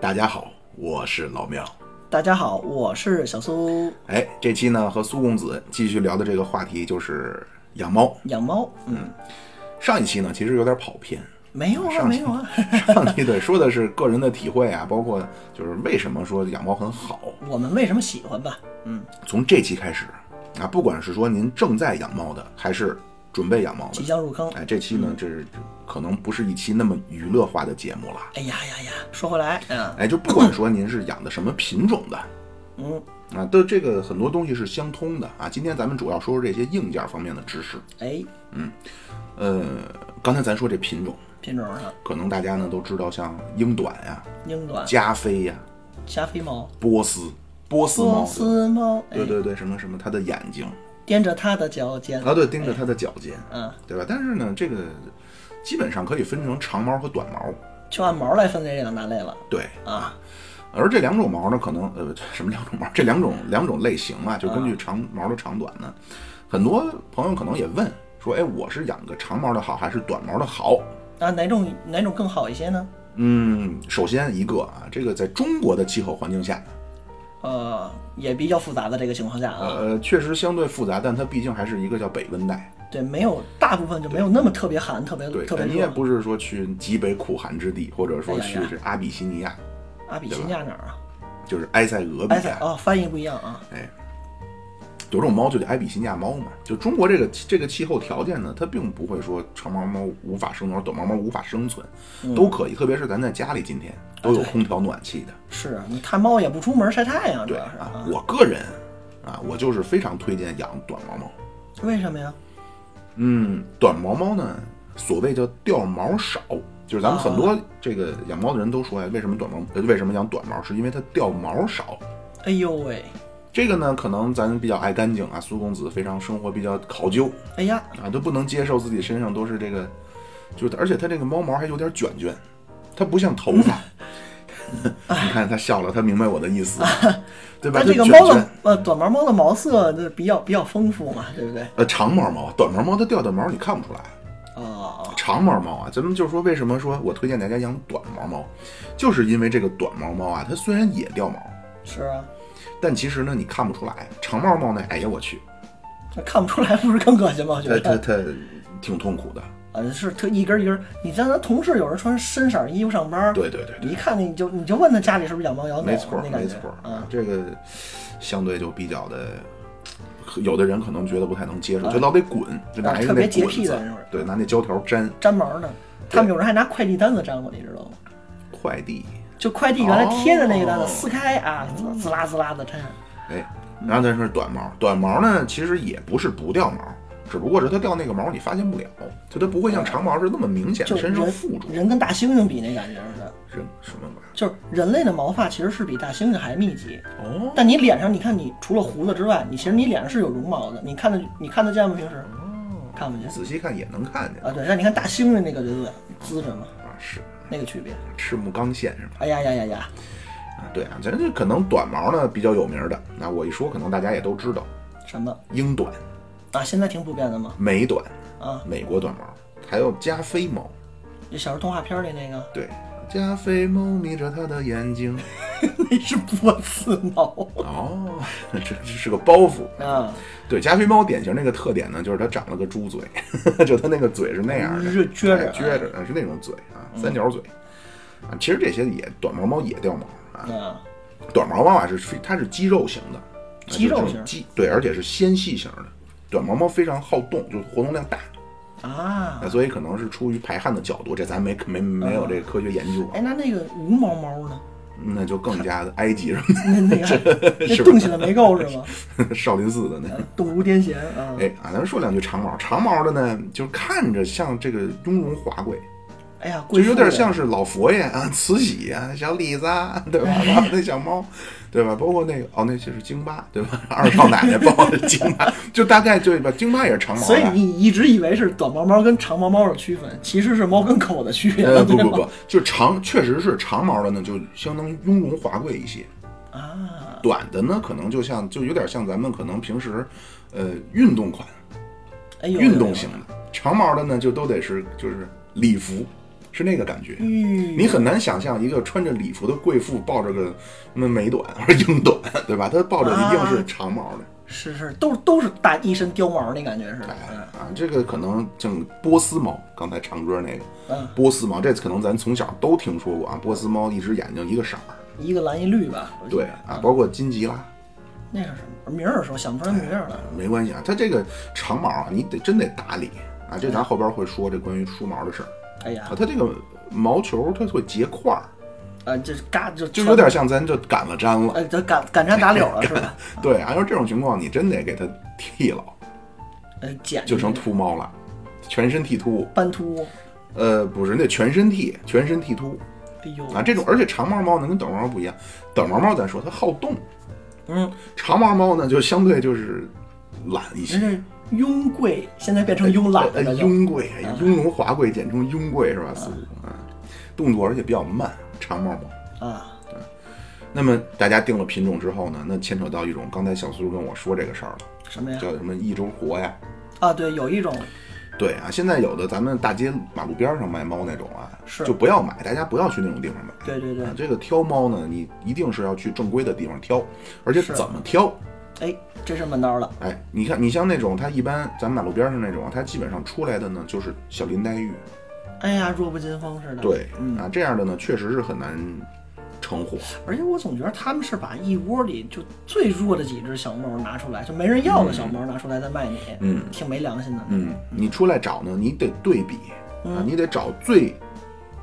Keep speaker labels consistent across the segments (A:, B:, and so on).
A: 大家好，我是老庙。
B: 大家好，我是小苏，
A: 哎，这期呢和苏公子继续聊的这个话题就是养猫。
B: 养猫。嗯，
A: 上一期呢其实有点跑偏，
B: 没有啊，
A: 上
B: 没
A: 期
B: 有啊，
A: 上期对说的是个人的体会啊，包括就是为什么说养猫很好。
B: 我们为什么喜欢吧？嗯，
A: 从这期开始啊，不管是说您正在养猫的，还是准备养猫
B: 即
A: 的，
B: 将嗯入坑。
A: 哎，这期呢这是可能不是一期那么娱乐化的节目了。
B: 哎呀呀呀，说回来，嗯
A: 哎，就不 管说您是养的什么品种的，
B: 嗯，
A: 啊，都这个很多东西是相通的啊。今天咱们主要说说这些硬件方面的知识。
B: 哎，
A: 呃，刚才咱说这品种，
B: 品种上
A: 可能大家呢都知道，像英短呀、
B: 英短、
A: 加菲呀、
B: 加菲猫、
A: 波斯、波斯猫
B: 波，斯猫，哎
A: 对对对，什么什么，它的眼睛
B: 踮着它的脚尖。
A: 啊，对，盯着它的脚尖，
B: 嗯，
A: 对吧？但是呢，这个基本上可以分成长毛和短毛，
B: 就按毛来分类这两大类了
A: 对。
B: 啊。
A: 嗯而这两种毛呢，可能呃什么两种毛，这两种两种类型啊，就根
B: 嗯
A: 据长毛的长短呢，很多朋友可能也问说，哎，我是养个长毛的好还是短毛的好？
B: 那哪种哪种更好一些呢？
A: 嗯，首先一个啊，这个在中国的气候环境下，
B: 呃，也比较复杂的这个情况下啊，
A: 呃，确实相对复杂，但它毕竟还是一个叫北温带，
B: 对，没有大部分就没有那么特别寒，特别
A: 嗯对，
B: 嗯特别
A: 你也
B: 热。
A: 不是说去极北苦寒之地，或者说
B: 哎呀
A: 去
B: 呀
A: 这阿比西尼亚，
B: 阿比西尼亚哪儿啊？
A: 就是埃塞俄比
B: 埃塞
A: 亚，
B: 哦，翻译不一样啊。
A: 有种猫就叫埃比西尼亚猫嘛。就中国这个这个气候条件呢，它并不会说长毛猫无法生存，短毛猫无法生存，都可以。特别是咱在家里今天都有空调暖气的，
B: 是你看猫也不出门晒太阳，主
A: 对
B: 要是
A: 啊
B: 啊。。
A: 我个人啊，我就是非常推荐养短毛猫。
B: 为什么呀？
A: 嗯，短毛猫呢，所谓叫掉毛少，就是咱们
B: 啊
A: 很多这个养猫的人都说呀，为什么短毛，呃为什么养短毛，是因为它掉毛少。
B: 哎呦喂，
A: 这个呢，可能咱比较爱干净啊，苏公子非常生活比较考究
B: 哎呀，
A: 啊，都不能接受自己身上都是这个，就是而且它这个猫毛还有点卷卷，它不像头 发。你看他笑了，他明白我的意思，对吧？
B: 啊但这
A: 就
B: 个
A: 卷
B: 猫
A: 卷
B: 的呃短毛猫的毛色就比较比较丰富嘛，对不对？
A: 呃长毛猫，短毛猫它掉的毛你看不出来。
B: 哦，
A: 长毛猫啊，咱们就说为什么说我推荐大家养短毛猫，就是因为这个短毛猫啊，它虽然也掉毛，
B: 是啊，
A: 但其实呢你看不出来。长毛猫呢，哎呀我去，
B: 这看不出来不是更恶心吗？我觉
A: 它它
B: 得
A: 它挺痛苦的。
B: 啊，是特一根一根。你像咱同事有人穿深色衣服上班，
A: 对对对
B: 你
A: 对，
B: 一看你就你就问他家里是不是养猫养狗，
A: 没错
B: 那
A: 没
B: 感觉
A: 错
B: 啊，，
A: 这个相对就比较的。有的人可能觉得不太能接受，就老得滚，就拿一个
B: 嗯啊特别
A: 那
B: 洁
A: 滚
B: 癖的人
A: 子
B: 嗯是吧，
A: 对，拿那胶条粘
B: 粘毛呢。他们有人还拿快递单子粘过，你知道吗？
A: 快递，
B: 就快递原来贴的那个单
A: 哦
B: 子撕开啊，滋啦滋啦的粘。
A: 哎，
B: 嗯
A: 然后再说短毛，短毛呢其实也不是不掉毛，只不过是它掉那个毛你发现不了，就它不会像长毛是那么明显
B: 嗯就
A: 的身
B: 人
A: 上附着。
B: 人跟大猩猩比那感觉似的，
A: 什什么玩意
B: 就是人类的毛发其实是比大猩猩还密集。
A: 儿？哦，
B: 但你脸上，你看你除了胡子之外，你其实你脸上是有绒毛的，你看得你看得见吗？平时
A: 哦
B: 看不见
A: 仔细看也能看见
B: 啊。对，让你看大猩猩那个就对，滋着嘛，
A: 啊，是
B: 那个区别。
A: 赤木刚宪是吧？
B: 哎呀呀呀呀，
A: 啊，对啊，咱这可能短毛呢比较有名的，那我一说可能大家也都知道，
B: 什么
A: 英短、
B: 啊？现在挺普遍的嘛
A: 美短、
B: 啊！
A: 美国短毛，还有加菲猫。
B: 就小时候动画片里那个，
A: 对，加菲猫眯着它的眼睛。
B: 那是波斯猫
A: 哦， 这这是个包袱。
B: 啊，
A: 对，加菲猫典型那个特点呢，就是它长了个猪嘴， 就它那个嘴是那样的，
B: 是撅
A: 哎
B: 着嗯
A: 撅着，哎是那种嘴啊，三角嘴啊。其实这些也短毛猫也掉毛啊，
B: 啊，
A: 短毛猫啊是非它是肌肉型的，啊
B: 肌肉型
A: 就是这种肌对，而且是纤细型的。短毛猫非常好动，就是活动量大，
B: 啊
A: 啊，，所以可能是出于排汗的角度，这咱没没没有这个科学研究啊，
B: 哎，那那个无毛猫呢？
A: 那就更加的埃及人
B: 那那个还
A: 是吧
B: 那动起来没够是吗？
A: 少林寺的那个。
B: 动如癫痫啊！
A: 哎啊，咱说两句长毛，长毛的呢，就是看着像这个雍容华贵，
B: 哎呀，
A: 就
B: 贵
A: 有
B: 妇
A: 点
B: 呀
A: 像是老佛爷啊、慈禧啊、小李子啊，对吧？
B: 哎
A: 然后那小猫，对吧？包括那个哦，那就是京巴，对吧？二少奶奶抱着京巴，就大概对吧？京巴也是长毛
B: 所以
A: 的。
B: 你一直以为是短毛猫跟长毛猫有区分，其实是猫跟狗的区别。
A: 呃，不
B: 对
A: 不
B: 吧
A: 不，就长确实是长毛的呢，就相当于雍容华贵一些；
B: 啊，
A: 短的呢，可能就像就有点像咱们可能平时，呃，运动款、
B: 哎呦，
A: 运动型的；长毛的呢，就都得是就是礼服，是那个感觉。
B: 嗯，
A: 你很难想象一个穿着礼服的贵妇抱着个那美短或者英短，对吧？她抱着一定是长毛的。
B: 是是，都都是大一身貂毛那感觉嗯似的。
A: 哎啊，这个可能像波斯猫，刚才唱歌那个
B: 嗯，
A: 波斯猫，这可能咱从小都听说过啊。波斯猫一只眼睛一个色儿，
B: 一个蓝一绿吧。我记
A: 对
B: 得
A: 啊，包括金吉拉，
B: 那是什么名儿？说想不出来名儿了。
A: 没关系啊。它这个长毛啊，你得真得打理啊。这咱后边会说这关于梳毛的事儿
B: 哎呀
A: 啊。，它这个毛球它会结块儿，
B: 啊，这是嘎就
A: 就有点像咱这杆子粘了。
B: 哎，这赶赶渣打柳 了是吧？
A: 对啊，要是这种情况，你真得给它剃了，
B: 哎，剪
A: 就成秃猫了，全身剃秃。
B: 斑秃。
A: 呃，不是，那全身剃，全身剃秃。
B: 哎呦，
A: 啊，这种而且长毛猫呢跟短毛猫不一样，短毛猫咱说它好动，
B: 嗯，
A: 长毛猫呢就相对就是懒一
B: 人
A: 些。
B: 是庸贵，现在变成哎慵懒嗯
A: 哎
B: 了，就
A: 庸贵，哎雍容华贵，简称庸贵是吧？似
B: 嗯
A: 乎啊，动作而且比较慢，长毛猫。
B: 啊，
A: 那么大家定了品种之后呢，那牵扯到一种刚才小苏跟我说这个事儿了，
B: 什么呀？
A: 叫什么一周活呀？
B: 啊，对，有一种
A: 对啊，现在有的咱们大街马路边上卖猫那种啊，
B: 是
A: 就不要买，大家不要去那种地方买。
B: 对对对
A: 啊，这个挑猫呢，你一定是要去正规的地方挑，而且
B: 是
A: 怎么挑？
B: 哎，这是门道了。
A: 哎，你看，你像那种它一般咱马路边上那种，它基本上出来的呢就是小林黛玉，
B: 哎呀，弱不禁风似的。
A: 对，啊这样的呢确实是很难成活。
B: 而且我总觉得他们是把一窝里就最弱的几只小猫拿出来，就没人要的小猫拿出来再卖你，
A: 嗯，
B: 挺没良心的。
A: 嗯，你出来找呢，你得对比
B: 嗯
A: 啊，你得找最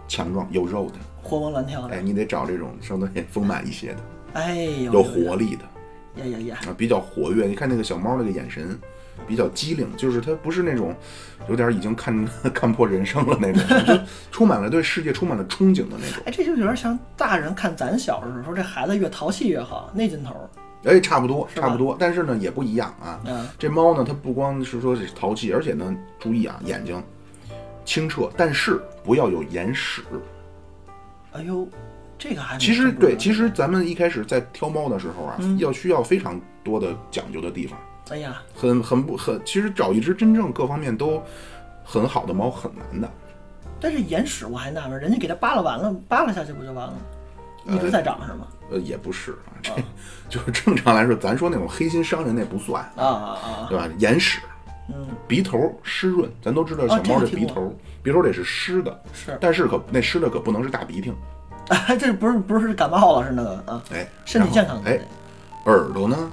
A: 强壮有肉的，
B: 活蹦乱跳的
A: 哎，，你得找这种相对丰满一些的、
B: 哎呦，
A: 有活力的。
B: 呀呀呀！
A: 啊，比较活跃。你看那个小猫那个眼神，比较机灵，就是它不是那种有点已经看 看破人生了那种，就充满了对世界充满了憧憬的那种。
B: 哎，这就有点像大人看咱小时候说这孩子越淘气越好那劲头儿。
A: 哎，差不多，
B: 是吧
A: 差不多，但是呢也不一样啊。
B: 嗯
A: 这猫呢，它不光是说是淘气，而且呢，注意啊，眼睛清澈，但是不要有眼屎。
B: 哎呦，这个还没
A: 其实
B: 真嗯不知嗯
A: 对，
B: 道
A: 其实咱们一开始在挑猫的时候啊，要需要非常多的讲究的地方。
B: 哎呀，
A: 很很不很，其实找一只真正各方面都很好的猫很难的，
B: 但是眼屎我还纳闷，人家给它扒拉完了，扒拉下去不就完了？一直在长是吗？
A: 呃，也不是啊，这、就是正常来说，咱说那种黑心商人那不算，
B: 啊啊啊！
A: 对吧？眼屎、
B: 嗯，
A: 鼻头湿润，咱都知道小
B: 哦这
A: 猫
B: 个
A: 这
B: 听
A: 鼻
B: 过
A: 头，鼻头得是湿的，
B: 是，
A: 但是可那湿的可不能是大鼻涕，
B: 这不是不是感冒了是那个啊？
A: 哎，
B: 身
A: 然
B: 体
A: 后
B: 健康
A: 哎，耳朵呢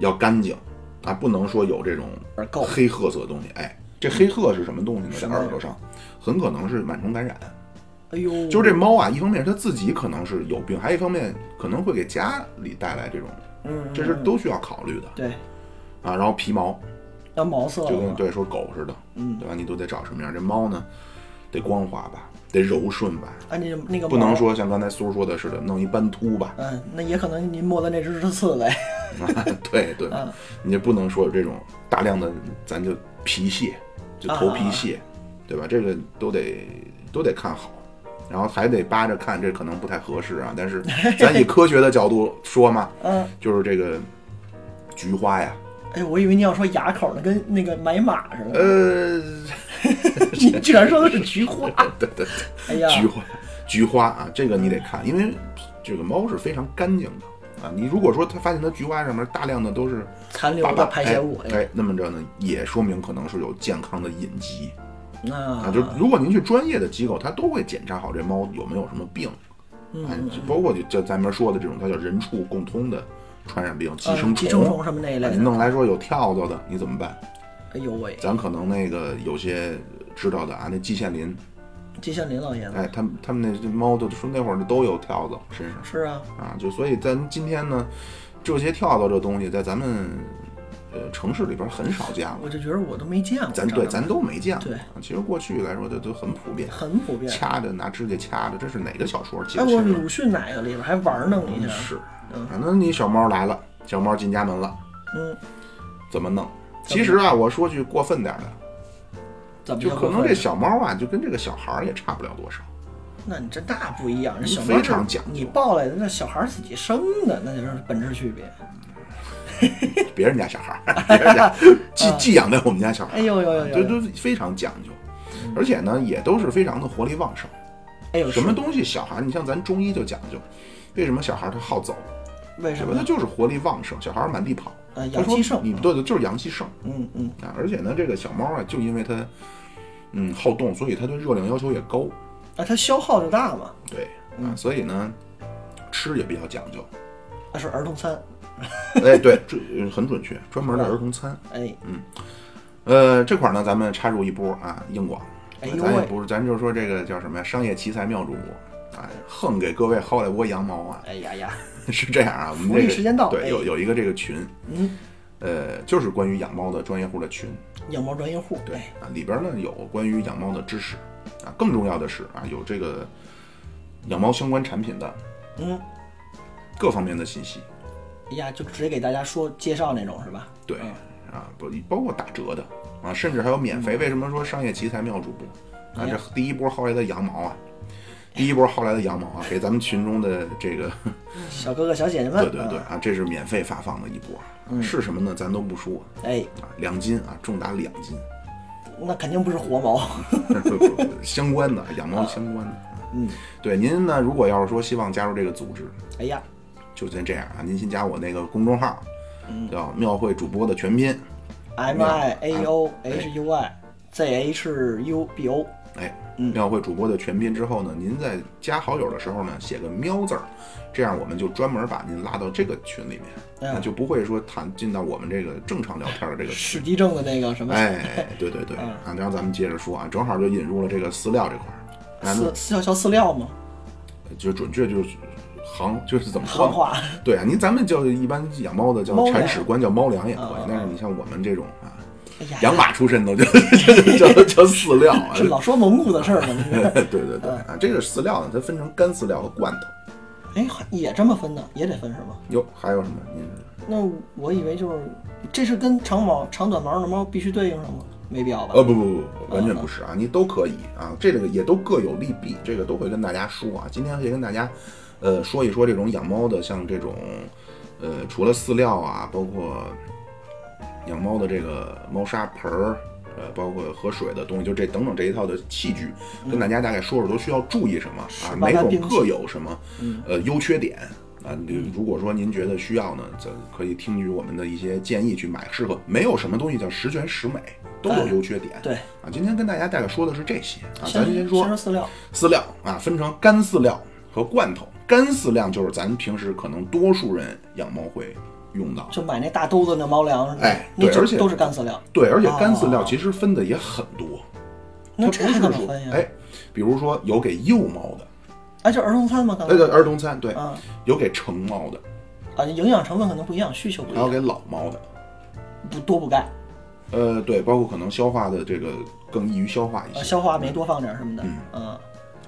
A: 要干净啊，不能说有这种
B: 耳垢
A: 黑褐色的东西，哎，这黑褐是什么东西呢？在
B: 什么呀
A: 耳朵上，很可能是螨虫感染。
B: 哎呦，
A: 就是这猫啊，一方面是它自己可能是有病，还一方面可能会给家里带来这种，
B: 嗯，
A: 这是都需要考虑的
B: 对，
A: 啊。然后皮毛
B: 要毛色
A: 就跟
B: 了。
A: 对说狗似的，
B: 嗯
A: 对吧？你都得找什么样？这猫呢，得光滑吧，得柔顺吧，
B: 啊，那那个
A: 不能
B: 毛，。
A: 说像刚才苏说的似的弄一斑秃吧
B: 嗯，那也可能您摸的那只是刺猬，
A: 对对，
B: 嗯
A: 你也不能说有这种大量的，咱就皮屑，就头
B: 嗯
A: 皮屑，对吧？这个都得都得看好。然后还得扒着看，这可能不太合适啊。但 是咱以科学的角度说嘛，
B: 嗯，
A: 就是这个菊花 呀，
B: 哎，我以为你要说牙口呢，跟那个买马似的，
A: 呃，
B: 你居然说的是菊花，
A: 对对，
B: 哎呀，
A: 菊花，菊花啊，这个你得看，因为这个猫是非常干净的啊。你如果说它发现它菊花上面大量的都是
B: 残留
A: 粑
B: 的
A: 粑
B: 排泄物，
A: 哎，哎那么着呢，也说明可能是有健康的隐疾啊。
B: 啊，
A: 就如果您去专业的机构，它都会检查好这猫有没有什么病，
B: 嗯
A: 哎，就包括就就咱们说的这种，它叫人畜共通的传染病，寄
B: 嗯
A: 生
B: 寄
A: 虫
B: 生。虫什么那一
A: 啊
B: 类
A: 您
B: 的，
A: 弄来说有跳蚤的，你怎么办？
B: 哎呦喂，
A: 咱可能那个有些知道的啊，那季羡林，
B: 季羡林老爷子
A: 哎，他们他们那这猫都说那会儿都有跳蚤身上
B: 是啊，
A: 啊，就所以咱今天呢，这些跳蚤这东西在咱们呃城市里边很少见了，
B: 我就觉得我都没见过，
A: 咱
B: 长
A: 对
B: 这么
A: 咱都没见过。
B: 对
A: 啊其实过去来说这都很普遍，
B: 很普遍。
A: 掐着拿指甲掐着，这是哪个小说记
B: 哎，
A: 不
B: 我
A: 清了。
B: 鲁迅哪个里边还玩弄一下？
A: 嗯是，反正你小猫来了，小猫进家门了，
B: 嗯，
A: 怎么弄？其实啊，我说句过分点儿的，
B: 怎么
A: 就可能这
B: 会
A: 小猫啊，就跟这个小孩儿也差不了多少。
B: 那你这那不一样，这小猫
A: 非常讲究
B: 你抱来的那小孩儿自己生的，那就是本质区别。
A: 别人家小孩儿，别人家 寄寄养在我们家小孩儿，
B: 哎呦呦呦
A: 这
B: 呦！嗯
A: 都非常讲究，而且呢也都是非常的活力旺盛。
B: 哎呦，
A: 什么
B: 是
A: 东西小孩儿，你像咱中医就讲究，为什么小孩儿他好走？
B: 为什
A: 什么？
B: 么
A: 他？就是活力旺盛，小孩儿满地跑。
B: 呃，
A: 他
B: 嗯阳
A: 说
B: 气盛，
A: 你对对，就是阳气盛
B: 嗯嗯，
A: 啊。而且呢，这个小猫啊，就因为它嗯好动，所以它对热量要求也高。
B: 啊，它消耗就大嘛，
A: 对
B: 嗯
A: 啊，所以呢，吃也比较讲究。
B: 那是儿童餐，
A: 哎，对，这呃很准确，专门的儿童餐。
B: 哎，
A: 呃，这块儿呢，咱们插入一波啊，硬广。
B: 哎呦
A: 咱也
B: 喂
A: 不是，咱就说这个叫什么呀？商业奇才妙主播，哎，横给各位薅了一波羊毛啊！
B: 哎呀呀，
A: 是这样啊，我们
B: 福利
A: 这个
B: 时间到哎
A: 对，有有一个这个群，
B: 嗯，
A: 呃，就是关于养猫的专业户的群
B: 养猫专业户，对，
A: 啊，里边呢有关于养猫的知识啊，更重要的是啊，有这个养猫相关产品的
B: 嗯，
A: 各方面的信息，
B: 哎呀，就直接给大家说介绍那种是吧？
A: 对
B: 嗯
A: 啊，不包括打折的啊，甚至还有免费。为什么说商业奇才妙主播啊？
B: 哎
A: 这
B: 呀
A: 第一波薅来的羊毛啊，第一波薅来的羊毛啊，给咱们群中的这个。
B: 小哥哥小姐姐们，
A: 对对对啊，这是免费发放的一波，
B: 嗯
A: 啊是什么呢？咱都不说
B: 对，哎，
A: 啊，两斤啊，重达两斤，
B: 那肯定不是活毛，
A: 不不不相关的养猫相关的。啊
B: 嗯，
A: 对您呢，如果要是说希望加入这个组织，
B: 哎 呀，
A: 就先这样啊，您先加我那个公众号，
B: 嗯
A: 叫庙会主播的全拼，哎
B: M I A O H U I Z H U B O，
A: 哎，
B: 嗯
A: 庙会主播的全拼之后呢，您在加好友的时候呢，写个喵字儿，这样我们就专门把您拉到这个群里面，
B: 嗯
A: 那就不会说谈进到我们这个正常聊天 的这个群。
B: 史地症的那个什么
A: 哎，对对
B: 嗯
A: 对，啊，然后咱们接着说啊，正好就引入了这个饲料这块儿，然后
B: 饲饲料叫饲料吗？
A: 就准确就是行就是怎么说
B: 汉
A: 呢？
B: 化，
A: 对啊，您咱们叫一般养猫的叫
B: 猫粮
A: 铲屎官叫猫粮也可以
B: 嗯，
A: 但是你像我们这种啊，
B: 哎呀，
A: 养马出身的就叫叫饲料啊
B: 这，老说蒙古的事儿呢你这，
A: 对对对啊，这个饲料呢，它分成干饲料和罐头。
B: 哎，还也这么分的，也得分是吗？
A: 哟，还有什么？您
B: 那我以为就是，这是跟长毛、长短毛的猫必须对应上吗？没必要吧？嗯
A: 呃不不不不，完全不是啊，你都可以啊，这个也都各有利弊，这个都会跟大家说啊。今天也跟大家，呃，说一说这种养猫的，像这种，呃，除了饲料啊，包括养猫的这个猫砂盆儿，呃，包括喝水的东西，就这等等这一套的器具，跟大家大概说说都需要注意什么啊，
B: 十八
A: 每
B: 大
A: 种
B: 病
A: 各有什么，呃，优缺点。啊，
B: 嗯
A: 你如果说您觉得需要呢，这可以听取我们的一些建议去买适合。没有什么东西叫十全十美，都有
B: 哎
A: 优缺点。
B: 对
A: 啊，今天跟大家大概说的是这些啊，
B: 先
A: 咱先说
B: 先说饲料，
A: 饲料啊，分成干饲料和罐头。干饲料就是咱平时可能多数人养猫会用到，
B: 就买那大兜子那猫粮是吧？
A: 哎
B: 那
A: 对
B: 就
A: 而且
B: 都是干饲料，
A: 对，而且干饲料
B: 哦
A: 其实分的也很多，它
B: 那
A: 不
B: 这还怎
A: 是
B: 么
A: 说
B: 分呀？
A: 哎，比如说有给幼猫的，
B: 哎，就儿童餐嘛，刚才
A: 那个儿童餐对，
B: 啊
A: 有给成猫的，
B: 啊，营养成分可能不一样，需求不一
A: 还有
B: 样，
A: 给老猫的，
B: 不多补钙，
A: 呃，对，包括可能消化的这个更易于消化一
B: 呃
A: 些，
B: 消化酶多放点什么的，嗯，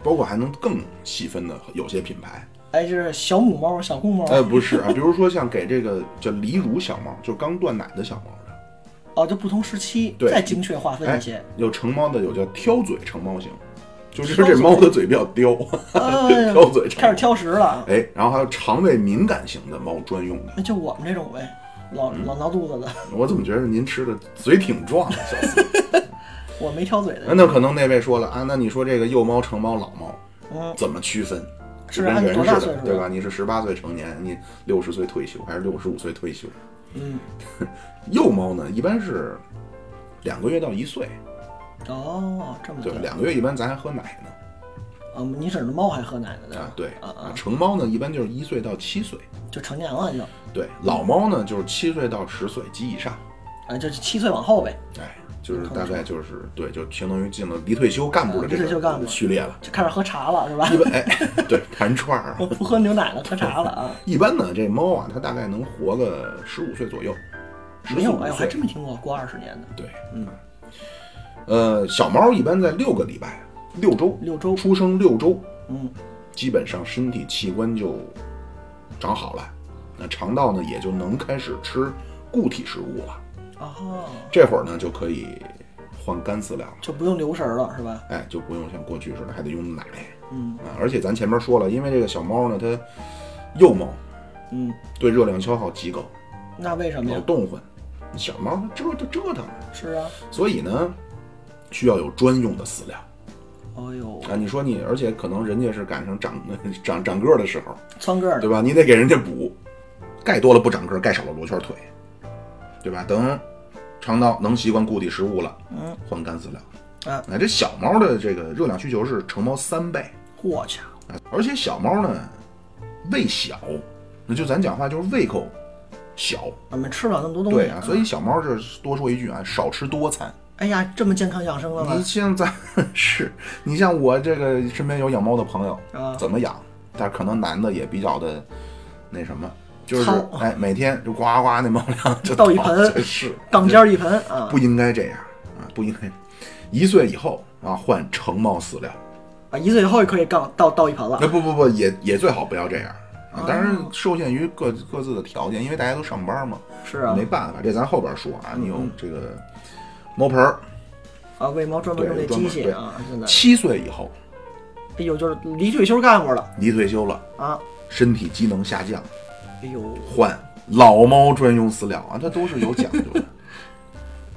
A: 包括还能更细分的有些品牌，
B: 哎，这是小母猫、小公猫，
A: 呃，不是啊，比如说像给这个叫离乳小猫，就刚断奶的小猫的。
B: 哦，就不同时期
A: 对
B: 再精确划分一些，
A: 有成猫的，有叫挑嘴成猫型，就是
B: 挑嘴
A: 这猫的嘴比较刁，
B: 哎
A: 挑嘴成
B: 开始
A: 猫。
B: 挑食了啊，
A: 哎，然后还有肠胃敏感型的猫专用的。
B: 那就我们这种呗，老
A: 嗯
B: 老闹肚子的，
A: 我怎么觉得您吃的嘴挺壮啊，小四？
B: 我没挑嘴的
A: 那， 那可能那位说了啊，那你说这个幼猫、成猫、老猫
B: 嗯，
A: 怎么区分？
B: 是
A: 就跟
B: 按
A: 人
B: 多
A: 似
B: 大岁
A: 的，
B: 数啊
A: 对
B: 的
A: 吧？你是十八岁成年，你六十岁退休，还是六十五岁退休？
B: 嗯，
A: 幼猫呢，一般是两个月到一岁，
B: 哦，这么
A: 对
B: 对
A: 吧，两个月一般咱还喝奶呢。
B: 啊，你指着猫还喝奶呢，对吧
A: 啊，？对
B: 啊
A: 啊
B: 啊，
A: 成猫呢一般就是一岁到七岁，
B: 就成年了就，
A: 对，
B: 嗯
A: 老猫呢就是七岁到十岁及以上，
B: 啊，就是七岁往后呗，
A: 哎，就是大概就是对，就相当于进了离退休干部的这
B: 嗯离退休干
A: 个
B: 部
A: 序列了。
B: 就开始喝茶了是吧
A: 一？般哎， 对，盘串儿啊。
B: 不喝牛奶了，喝茶了 啊。
A: 一般呢，这猫啊，它大概能活个十五岁左右，十
B: 没
A: 四
B: 有，
A: 五
B: 哎，我还
A: 岁。
B: 真没听过过二十年的，
A: 对，嗯，呃，小猫一般在六个礼拜、六周、
B: 六周
A: 出生六周，
B: 嗯，
A: 基本上身体器官就长好了，那肠道呢也就能开始吃固体食物了。
B: 哦，
A: 这会儿呢就可以换干饲料了。
B: 就不用留神了是吧？
A: 哎，就不用像过去似的还得用奶
B: 嗯
A: 啊。而且咱前面说了，因为这个小猫呢，它幼猫
B: 嗯，
A: 对热量消耗极高，
B: 那为什么
A: 老
B: 呀？
A: 动换，小猫它折腾折腾，
B: 是啊，
A: 所以呢，需要有专用的饲料。
B: 哦呦，
A: 啊，你说你，而且可能人家是赶上长 长长个儿的时候，
B: 窜个儿
A: 对
B: 的，
A: 吧？你得给人家补，盖多了不长个儿，盖少了罗圈腿，对吧？等肠道能习惯固体食物了，
B: 嗯，
A: 换干饲料。
B: 啊，
A: 那这小猫的这个热量需求是成猫三倍，
B: 我去，
A: 啊而且小猫呢，胃小，那就咱讲话就是胃口小，
B: 俺们吃不了那么多东西，
A: 对啊，所以小猫就是多说一句啊，少吃多餐。
B: 哎呀，这么健康养生了
A: 你
B: 吗？
A: 像咱是， 你像我这个身边有养猫的朋友，
B: 啊，
A: 怎么养？但可能男的也比较的那什么，就是
B: 糙
A: 哎，每天就呱呱那猫粮 就
B: 倒一盆
A: 真是
B: 杠尖儿一盆啊
A: 不应该这样啊，不应该。一岁以后啊，换成猫饲料，
B: 啊，一岁以后就可以杠倒倒一盆了
A: 那不不不，也也最好不要这样啊
B: 哦。
A: 当然受限于各各自的条件，因为大家都上班嘛，
B: 是啊嗯
A: 没办法，这咱后边说啊。你有这个猫盆儿，
B: 啊，喂猫专门用那
A: 对专
B: 机
A: 门
B: 器啊，现在
A: 七岁以后
B: 哎呦，就是离退休干部了
A: 离退休了，
B: 啊，
A: 身体机能下降，
B: 哎呦，
A: 换老猫专用饲料啊，它都是有讲究的。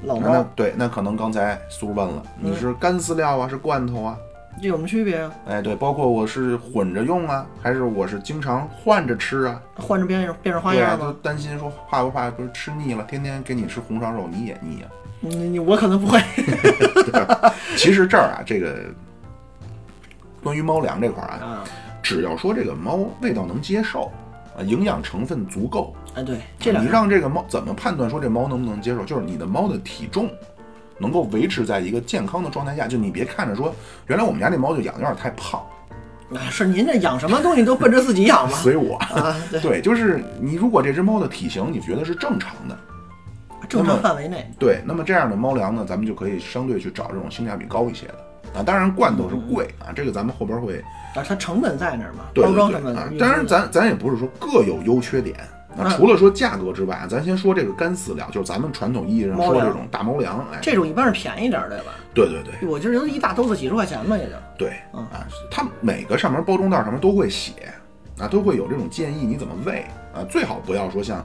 B: 老
A: 那啊那
B: 猫嗯
A: 对，那可能刚才苏问了，你是干饲料啊，是罐头啊？
B: 这有什么区别啊？
A: 哎，对，包括我是混着用啊，还是我是经常换着吃啊？
B: 换着变着变着花
A: 对啊，
B: 样
A: 就
B: 吗？
A: 担心说怕不怕，不是吃腻了，天天给你吃红烧肉，你也腻啊。
B: 你你我可能不会，
A: 其实这儿啊，这个关于猫粮这块儿 啊，
B: 啊，
A: 只要说这个猫味道能接受，啊，营养成分足够，
B: 哎，对，这两
A: 啊你
B: 个
A: 让这个猫怎么判断说这猫能不能接受？就是你的猫的体重能够维持在一个健康的状态下，就你别看着说，原来我们家那猫就养得有点太胖，
B: 啊，是您这养什么东西都奔着自己养嘛？
A: 随我。
B: 啊， 对，
A: 对，就是你如果这只猫的体型你觉得是正常的，
B: 正常范围内
A: 对，那么这样的猫粮呢，咱们就可以相对去找这种性价比高一些的。啊，当然罐头是贵啊，这个咱们后边会
B: 啊，它成本在那儿嘛，
A: 对
B: 嗯包装
A: 对
B: 成
A: 对
B: 本在
A: 啊
B: 那儿。
A: 当然咱咱也不是说各有优缺点
B: 嗯
A: 啊，除了说价格之外啊，咱先说这个干饲料，就是咱们传统意义上
B: 猫
A: 说
B: 粮
A: 这种大猫粮，哎，
B: 这种一般是便宜点儿，对吧？
A: 对对对，
B: 我就是一大兜子几十块钱嘛，也就
A: 对
B: 嗯
A: 啊，它每个上面包装袋上面都会写啊，都会有这种建议你怎么喂啊，最好不要说像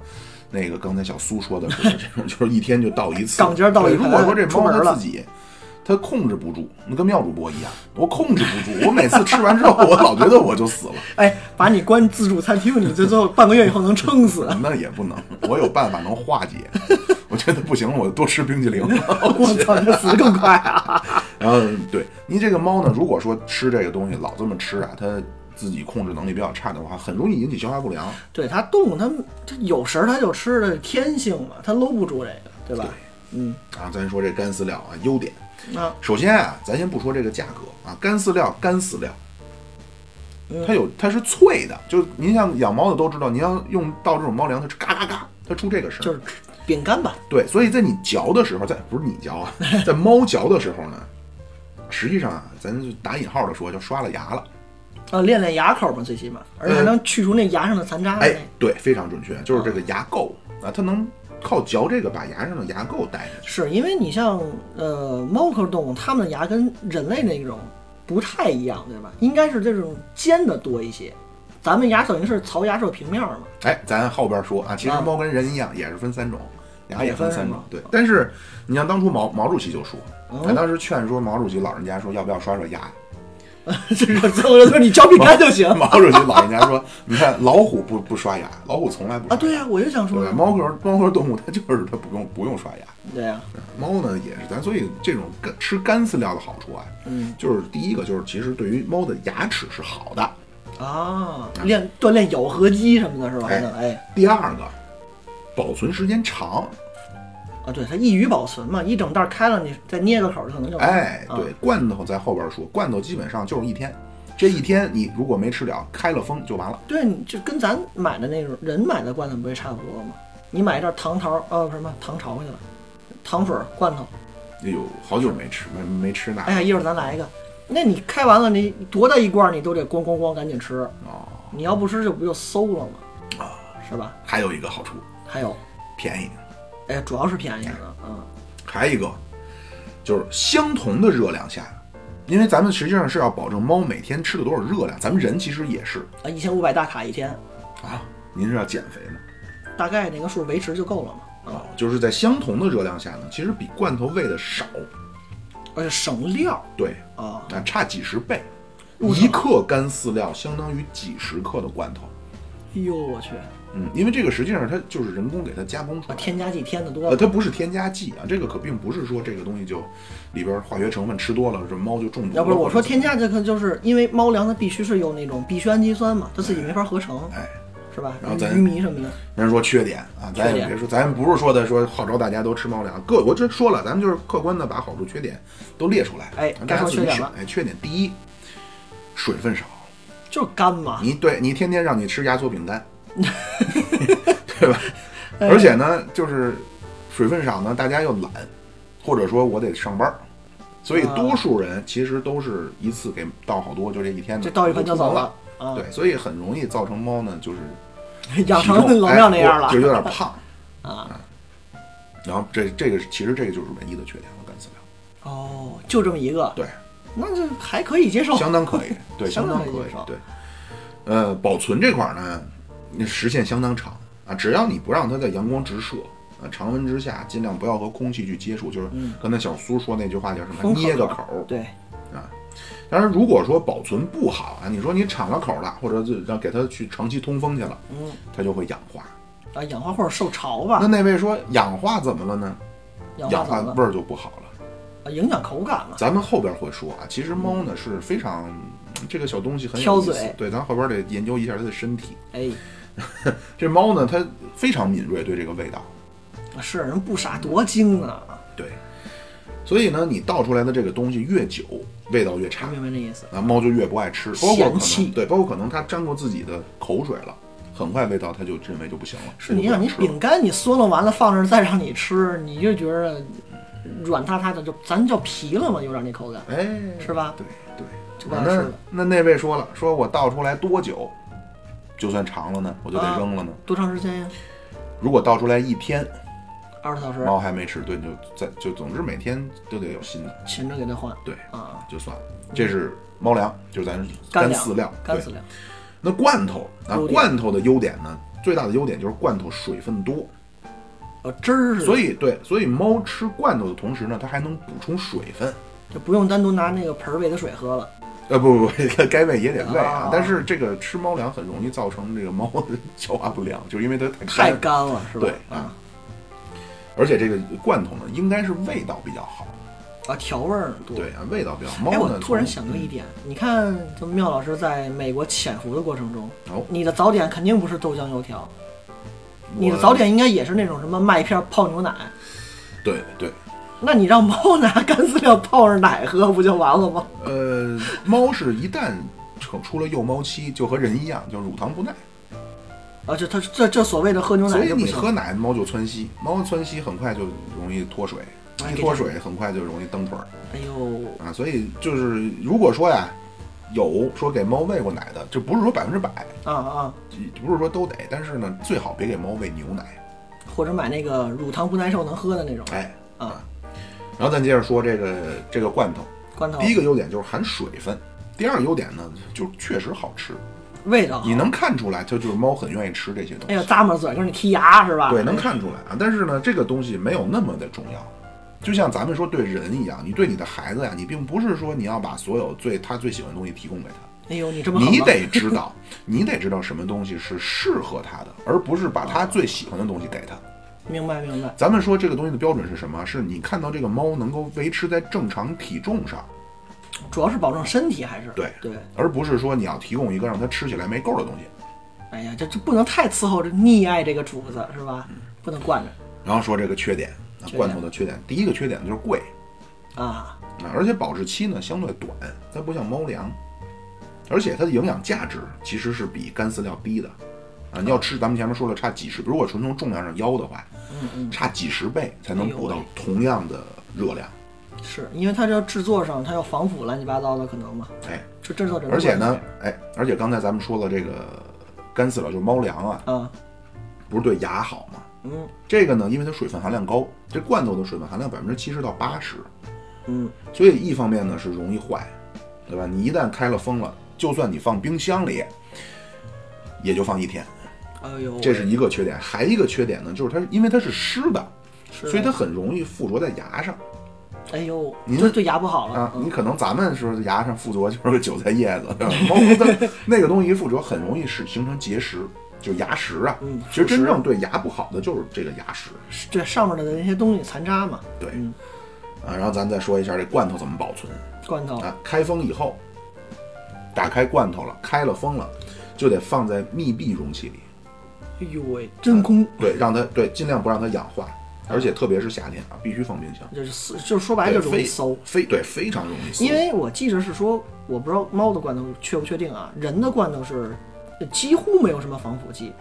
A: 那个刚才小苏说的 似的这种，就是一天就倒一 次，
B: 杠尖儿倒
A: 对
B: 一盆
A: 如果说这
B: 出
A: 猫
B: 门了
A: 它自己。它控制不住，那跟妙主播一样，我控制不住。我每次吃完之后，我老觉得我就死了，
B: 哎，把你关自助餐厅，你最最后半个月以后能撑死。
A: 那也不能。我有办法能化解。我觉得不行了，我多吃冰激凌。
B: 我操，这死得更快啊！
A: 然后对你这个猫呢，如果说吃这个东西老这么吃啊，它自己控制能力比较差的话，很容易引起消化不良。
B: 对它动，它它有食儿它就吃的天性嘛，它搂不住这个，对吧？嗯，
A: 啊，咱说这干饲料啊，优点，
B: 那
A: 首先啊，咱先不说这个价格啊，干饲料干饲料，
B: 嗯
A: 它有它是脆的，就是您像养猫的都知道，您要用到这种猫粮，它是嘎嘎嘎，它出这个声
B: 就
A: 儿。
B: 是饼干吧，
A: 对，所以在你嚼的时候，在不是你嚼啊，在猫嚼的时候呢，实际上啊，咱就打引号的说，就刷了牙了。
B: 啊，练练牙口嘛，最起码，而且还能去除那牙上的残渣。
A: 嗯哎，对，非常准确，就是这个牙
B: 哦
A: 垢啊，它能靠嚼这个把牙上的牙垢带进去。
B: 是因为你像呃猫科动物，它们的牙跟人类那种不太一样，对吧？应该是这种尖的多一些。咱们牙等于是槽牙是有平面儿嘛，
A: 哎，咱后边说啊，其实
B: 啊
A: 猫跟人一样，也是分三种，牙也分三
B: 也分
A: 种
B: 是吗。
A: 对，但是你像当初毛毛主席就说，他
B: 嗯
A: 当时劝说毛主席老人家说要不要刷刷牙，
B: 就是所有人说你嚼饼干就行
A: 毛主席老人家说，你看老虎不不刷牙，老虎从来不
B: 啊。
A: 刷牙
B: 对呀、我就想
A: 对
B: 说
A: 吧？，猫科猫科动物它就是它不用不用刷牙，
B: 对呀、
A: 猫呢也是咱，所以这种干吃干饲料的好处啊，
B: 嗯
A: 就是第一个就是其实对于猫的牙齿是嗯好的，
B: 啊，练锻炼咬合肌什么的，是吧？还能哎
A: 第二个保存时间长，
B: 啊，对，它易于保存嘛，一整袋儿开了，你再捏个口儿可能就
A: 哎，
B: 啊
A: 对，罐头在后边说，罐头基本上就是一天，这一天你如果没吃了，开了封就完了。
B: 对，你就跟咱买的那种人买的罐头不也差不多吗？你买一袋糖桃，呃，什么糖潮去了，糖水儿罐头，
A: 哎呦，好久没吃，没没吃那
B: 哎呀，一会儿咱来一个。那你开完了，你多大一罐儿你都得咣咣咣赶紧吃，
A: 哦。
B: 你要不吃就不就馊了吗？是吧？
A: 还有一个好处，
B: 还有，
A: 便宜。
B: 哎，主要是便宜了，嗯，
A: 还有一个就是相同的热量下，因为咱们实际上是要保证猫每天吃的多少热量，咱们人其实也是
B: 啊，一千五百大卡一天，
A: 啊。您是要减肥哦吗？
B: 大概那个数维持就够了嘛，
A: 啊，就是在相同的热量下呢，其实比罐头喂的少，
B: 而且省料
A: 对，
B: 啊，
A: 那差几十倍，
B: 入手
A: 一克干饲料相当于几十克的罐头。
B: 哎呦我去，
A: 嗯，因为这个实际上它就是人工给它加工出来的，
B: 哦添加剂添的多
A: 呃，
B: 了，
A: 它不是添加剂啊，这个可并不是说这个东西就里边化学成分吃多了，这猫就中毒了。
B: 要不是我
A: 或者
B: 说添加这个，就是因为猫粮它必须是有那种必需氨基酸嘛，它自己没法合成，
A: 哎，
B: 是吧？
A: 然后咱
B: 鱼糜什么的，
A: 人说缺点啊，
B: 缺
A: 咱也
B: 点
A: 别说，咱不是说的说号召大家都吃猫粮，各我这说了，咱们就是客观的把好处缺点都列出来，
B: 哎
A: 让
B: 该
A: 大家
B: 说
A: 自己
B: 缺点
A: 选
B: 了。
A: 哎，缺点第一，水分少，
B: 就是干嘛，
A: 你对你天天让你吃压缩饼干， 对吧？
B: 哎
A: 而且呢，就是水分少呢，大家又懒，或者说我得上班儿，所以
B: 啊
A: 多数人其实都是一次给倒好多，就这一天的，
B: 这倒一盆就走
A: 了
B: 了。。啊，
A: 对，所以很容易造成猫呢，就是
B: 养成
A: 体重
B: 老
A: 哎
B: 庙那样了
A: 就有点胖 嗯
B: 啊。
A: 然后这这个是其实这个就是唯一的缺点了，干饲料，
B: 哦，就这么一个，
A: 对，
B: 那就还可以接受。
A: 相当可 以，对，
B: 哦相
A: 相
B: 当
A: 当可
B: 可以
A: 以
B: 是吧，
A: 对。呃，保存这块儿呢，那时限相当长啊，只要你不让它在阳光直射。啊，常温之下，尽量不要和空气去接触，就是刚才小苏说那句话叫什么？
B: 嗯封口
A: 捏个
B: 口
A: 口儿。
B: 对，
A: 当然，如果说保存不好啊，你说你敞了口儿了，或者就让给它去长期通风去了，
B: 嗯，
A: 它就会氧化。
B: 啊，氧化或者受潮吧
A: 那，那位说氧化怎么了呢？
B: 氧
A: 氧
B: 化
A: 化
B: 怎么
A: 味儿就不好了。
B: 了？啊影响口感了。
A: 咱们后边会说啊，其实猫呢是非常嗯这个小东西很
B: 挑
A: 有意
B: 嘴
A: 思，对，咱后边得研究一下它的身体。
B: 哎，
A: 这猫呢，它非常敏锐对这个味道，
B: 是啊人不傻多精啊，
A: 对，所以呢，你倒出来的这个东西越久，味道越差
B: 明，白这意思？
A: 啊，猫就越不爱吃，包括可
B: 嫌弃
A: 能对，包括可能它沾过自己的口水了，很快味道它就认为就不行了，
B: 是
A: 它就
B: 你
A: 不
B: 想，
A: 想
B: 你
A: 吃了
B: 饼干你嗦弄完了放那儿再让你吃，你就觉得软塌塌的，就咱叫皮了嘛，有点那口感，
A: 哎，
B: 是吧？
A: 对对，
B: 就不爱吃
A: 那
B: 了。
A: 那那位说了，说我倒出来多久，就算长了呢，我就
B: 啊
A: 得扔了呢。
B: 多长时间呀？
A: 如果倒出来一天，
B: 二十小时，
A: 猫还没吃，对，就在就总之每天都得有新的，
B: 勤着给它换
A: 对，
B: 啊，
A: 就算了。这是猫粮，就是咱
B: 干
A: 干
B: 粮
A: 饲料，
B: 干
A: 对
B: 饲料。
A: 那罐头啊
B: 优，点
A: 罐头的优点呢，最大的优点就是罐头水分多，
B: 呃，汁儿是，
A: 所
B: 以
A: 以对，所以猫吃罐头的同时呢，它还能补充水分。
B: 就不用单独拿那个盆儿喂它水喝了。
A: 呃，不不不， 该喂也得喂
B: 啊
A: 啊。但是这个吃猫粮很容易造成这个猫的消化不良，就是因为它太
B: 太
A: 干，
B: 干了，是吧？
A: 对
B: 啊
A: 而且这个罐头呢，应该是味道比较好。
B: 啊，调味儿多。
A: 对，啊，味道比较好。
B: 哎，
A: 猫
B: 我
A: 呢，
B: 突然
A: 从嗯
B: 想到一点，你看，就妙老师在美国潜伏的过程中，
A: 哦，
B: 你的早点肯定不是豆浆油条，你的
A: 我
B: 早点应该也是那种什么麦片泡牛奶。
A: 对对，
B: 那你让猫 拿干饲料泡着奶喝不就完了吗？
A: 呃，猫是一旦成出了幼猫期，就和人一样，就乳糖不耐，
B: 啊，就它这这所谓的喝牛
A: 所
B: 奶
A: 以
B: 就不
A: 你
B: 行。
A: 喝奶猫就窜稀，猫窜稀很快就容易脱水，
B: 哎
A: 一
B: 给
A: 脱
B: 它
A: 水很快就容易蹬腿儿
B: 哎呦，
A: 啊。所以就是如果说呀，有说给猫喂过奶的，这不是说百分之百，
B: 啊啊，
A: 不是说都得，但是呢，最好别给猫喂牛奶。
B: 或者买那个乳糖不耐受能喝的那种
A: 哎，
B: 啊，
A: 然后咱接着说这个这个罐头，
B: 罐头，
A: 第一个优点就是含水分，第二个优点呢就是确实好吃，
B: 味道好。
A: 你能看出来，它就是猫很愿意吃这些东
B: 哎
A: 西
B: 呀，。咂摸嘴跟你剔牙是吧？哎
A: 对，能看出来啊。但是呢，这个东西没有那么的重要，就像咱们说对人一样，你对你的孩子呀，你并不是说你要把所有最他最喜欢的东西提供给他，
B: 哎呦，你这么狠
A: 你
B: 吗
A: 得知道，你得知道什么东西是适合他的，而不是把
B: 啊
A: 他最喜欢的东西给他。
B: 明白明白，
A: 咱们说这个东西的标准是什么？是你看到这个猫能够维持在正常体重上，
B: 主要是保证身体还是
A: 对
B: 对。
A: 而不是说你要提供一个让它吃起来没够的东西。
B: 哎呀，这这不能太伺候这溺爱这个主子是吧？不能惯着
A: 然后说这个缺点，那
B: 缺点
A: 罐头的缺点，第一个缺点就是贵。
B: 啊。
A: 啊，而且保质期呢相对短，它不像猫粮，而且它的营养价值其实是比干饲料低的。啊，你要吃，咱们前面说了，差几十，如果纯从重量上腰的话，
B: 嗯嗯，
A: 差几十倍才能
B: 哎呦
A: 补到
B: 喂
A: 同样的热量。
B: 是因为它这制作上它要防腐乱七八糟的可能嘛，
A: 哎，
B: 就制作这个
A: 而且
B: 问
A: 呢
B: 题，
A: 哎，而且刚才咱们说了这个干饲料就是猫粮啊，
B: 啊，
A: 不是对牙好吗？
B: 嗯
A: 这个呢，因为它水分含量高，这罐头的水分含量百分之七十到八十，
B: 嗯，
A: 所以一方面呢是容易坏，对吧？你一旦开了封了，就算你放冰箱里，也就放一天，
B: 哎呦，
A: 这是一个缺点。还一个缺点呢，就是它因为它是湿的，啊
B: 是
A: 所以它很容易附着在牙上。
B: 哎呦，
A: 您
B: 这对牙不好了。
A: 啊，
B: 嗯
A: 你可能咱们说牙上附着就是个韭菜叶子，对吧？猫它那个东西一附着，很容易是形成结石，就牙石啊。
B: 嗯
A: 其实真正对牙不好的就是这个牙石。
B: 是对上面的那些东西残渣嘛，
A: 对，
B: 嗯
A: 啊，然后咱再说一下这罐头怎么保存
B: 罐头，
A: 啊。开封以后，打开罐头了，开了封了，就得放在密闭容器里，
B: 哎呦喂，啊真空，
A: 对，让它对，尽量不让它氧化，而且特别是夏天啊，必须放冰箱。
B: 就是撕就是说白了
A: 对，
B: 就容易
A: 非
B: 馊。
A: 非对非常容易馊，
B: 因为我记着是说，我不知道猫的罐头确不确定啊，人的罐头是呃几乎没有什么防腐剂，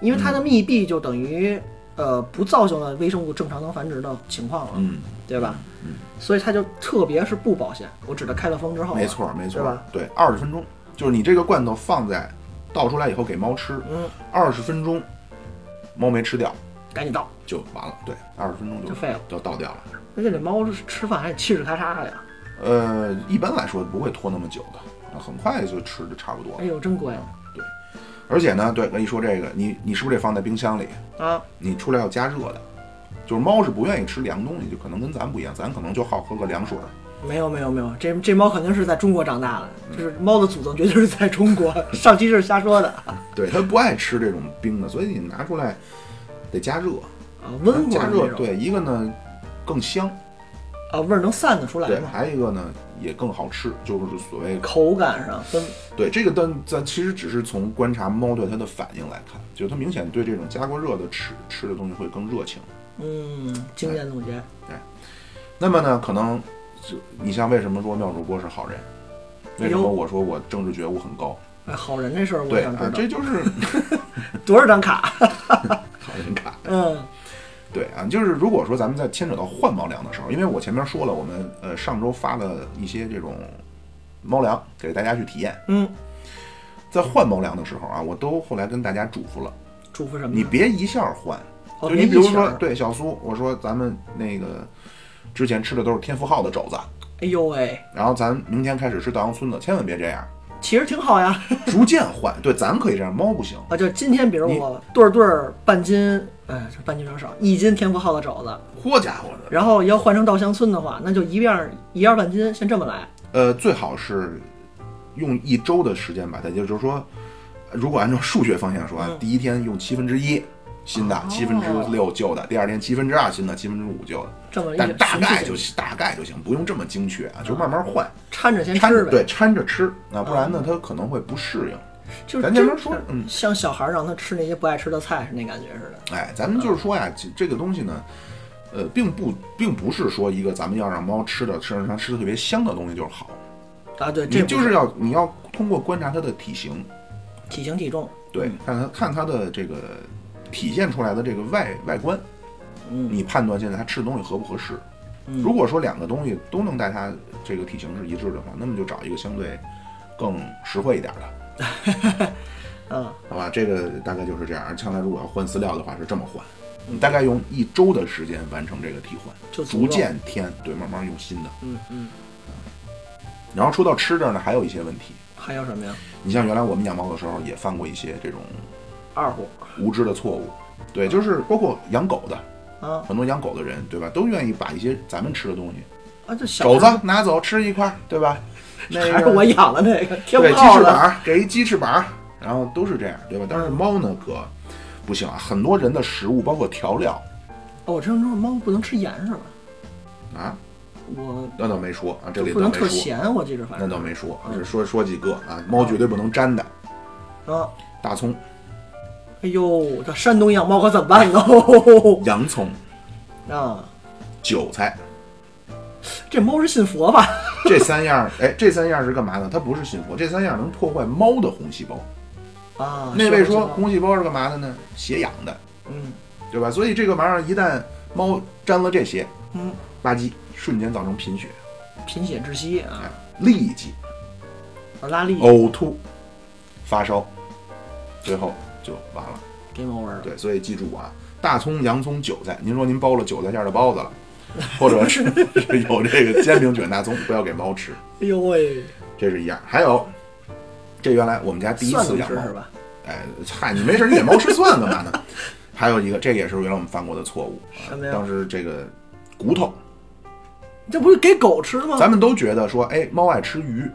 B: 因为它的密闭就等于
A: 嗯
B: 呃不造成了微生物正常能繁殖的情况了，
A: 嗯，
B: 对吧？所以它就特别是不保鲜，我指的开了封之后啊，
A: 没错，没
B: 对
A: 错
B: 吧，
A: 对，二十分钟，就是你这个罐头放在倒出来以后给猫吃，
B: 嗯，
A: 二十分钟，猫没吃掉
B: 赶紧倒。
A: 就完了，对，二十分钟就
B: 就废了，
A: 就倒掉了。
B: 而且这猫是吃饭还得嘁哧咔嚓的呀，
A: 呃，一般来说不会拖那么久的，啊很快就吃的差不多
B: 哎
A: 了。
B: 呦真乖
A: 而且呢，对，跟你说这个，你你是不是得放在冰箱里？
B: 啊！
A: 你出来要加热的，就是猫是不愿意吃凉东西，就可能跟咱不一样，咱可能就好喝个凉水儿。
B: 没有没有没有，这这猫肯定是在中国长大的，
A: 嗯
B: 就是猫的祖宗绝对是在中国。上期是瞎说的啊，
A: 对，它不爱吃这种冰的，所以你拿出来得加热，
B: 啊温乎
A: 加
B: 的
A: 热
B: 那种
A: 对，一个呢更香，
B: 啊，味儿能散得出来
A: 对，
B: 吗？
A: 还有一个呢也更好吃，就是所谓
B: 口感上跟
A: 对这个，但咱其实只是从观察猫对它的反应来看，就是它明显对这种加过热的吃吃的东西会更热情。
B: 嗯，经验总结，
A: 哎那么呢，可能就你像为什么说妙主播是好人，为什
B: 哎
A: 么
B: 呦
A: 我说我政治觉悟很高？
B: 哎，好人这事儿我
A: 对
B: 想
A: 啊，
B: 知
A: 这就是
B: 道，多少张卡？
A: 好人卡。
B: 嗯
A: 对啊，就是如果说咱们在牵扯到换猫粮的时候，因为我前面说了，我们呃上周发了一些这种猫粮给大家去体验，
B: 嗯，
A: 在换猫粮的时候啊，我都后来跟大家嘱咐了，
B: 嘱咐什么
A: 你
B: 呢？
A: 别一下儿换，
B: 嗯哦
A: 就你
B: 别
A: 比如
B: 一下
A: 说
B: 儿
A: 对小苏，我说咱们那个之前吃的都是天福号的肘子，
B: 哎呦喂，
A: 然后咱明天开始吃稻香村的，千万别这样，
B: 其实挺好呀。
A: 逐渐换。对，咱可以这样，猫不行。
B: 啊，就今天比如我对儿对儿半斤，哎，这半斤有点少，一斤天福号的肘子，
A: 嚯家伙的，
B: 然后要换成稻香村的话，那就一样一样半斤，先这么来。
A: 呃，最好是用一周的时间把它，也就是说，如果按照数学方向说啊，
B: 嗯
A: 第一天用七分之一新
B: 哦
A: 的，七分之六旧的，第二天七分之二新的，七分之五旧的，
B: 这么一
A: 但大概
B: 循
A: 就
B: 序渐进
A: 大概就行，不用这么精确啊，就慢慢换。
B: 掺嗯着先
A: 掺
B: 吃
A: 着
B: 呗。，嗯
A: 对掺着吃，那不然呢，它可能会不适应。
B: 就是
A: 咱
B: 真
A: 这边说
B: 是
A: 嗯
B: 像小孩儿让他吃那些不爱吃的菜是那感觉似的。
A: 哎，咱们就是说呀，这这个东西呢，呃，并不并不是说一个咱们要让猫吃的，吃让它吃的特别香的东西就是好，
B: 啊，对，
A: 你
B: 这不
A: 就是要你要通过观察它的体型，
B: 体型体重，
A: 对，看它看它的这个体现出来的这个外外观，
B: 嗯
A: 你判断现在它吃的东西合不合适。如果说两个东西都能带它这个体型是一致的话，那么就找一个相对更实惠一点的。
B: 嗯，
A: 好吧，这个大概就是这样。将来如果要换饲料的话，是这么换，你大概用一周的时间完成这个替换，
B: 就足
A: 逐
B: 够
A: 渐添，对，慢慢用新的。
B: 嗯嗯，
A: 然后说到吃这儿呢，还有一些问题。
B: 还有什么呀？
A: 你像原来我们养猫的时候也犯过一些这种
B: 二虎
A: 无知的错误，对，就是包括养狗的，
B: 啊
A: 很多养狗的人，对吧，都愿意把一些咱们吃的东西，
B: 啊，这小
A: 肘子
B: 孩儿
A: 拿走吃一块儿，对 吧？那
B: 还是
A: 个
B: 我养的那个天不
A: 对，鸡
B: 到
A: 翅膀
B: 了。
A: 儿给一鸡翅膀儿，然后都是这样，对吧？但是
B: 嗯
A: 猫呢可不行啊，很多人的食物包括调料
B: 哦，我听说猫不能吃盐是吧？
A: 啊，
B: 我
A: 那倒没说啊，这里
B: 不
A: 倒
B: 能
A: 没说，
B: 特咸，嗯我记着反
A: 那
B: 正
A: 倒没说，只说说几个啊，猫绝对不能沾的，
B: 啊。
A: 大葱、
B: 哎呦，这山东养猫可怎么办呢？
A: 洋葱、
B: 啊，
A: 韭菜
B: 这猫是信佛吧？
A: 这三样儿，哎，这三样儿是干嘛的？它不是信佛，这三样儿能破坏猫的红细胞。
B: 啊，
A: 那位说
B: 是吧
A: 红细胞是干嘛的呢？血氧的，
B: 嗯
A: 对吧？所以这个玩意儿一旦猫沾了这些，
B: 嗯，
A: 吧唧，瞬间造成贫血、哎
B: 贫血窒息啊，
A: 痢疾、
B: 拉力
A: 呕吐、发烧，最后就完了。
B: 给猫玩儿了。
A: 对，所以记住啊，大葱、洋葱、韭菜，您说您包了韭菜馅儿的包子了，或者是是有这个煎饼卷大葱，不要给猫吃，
B: 哎呦喂，
A: 这是一样。还有，这原来我们家第一
B: 蒜
A: 次
B: 能
A: 养
B: 吃
A: 猫
B: 是，吧？
A: 哎，嗨，你没事，你给猫吃蒜干嘛呢？还有一个，这个也是原来我们犯过的错误。啊
B: 什么呀
A: 当时这个骨头，
B: 这不是给狗吃吗？
A: 咱们都觉得说，哎，猫爱吃鱼，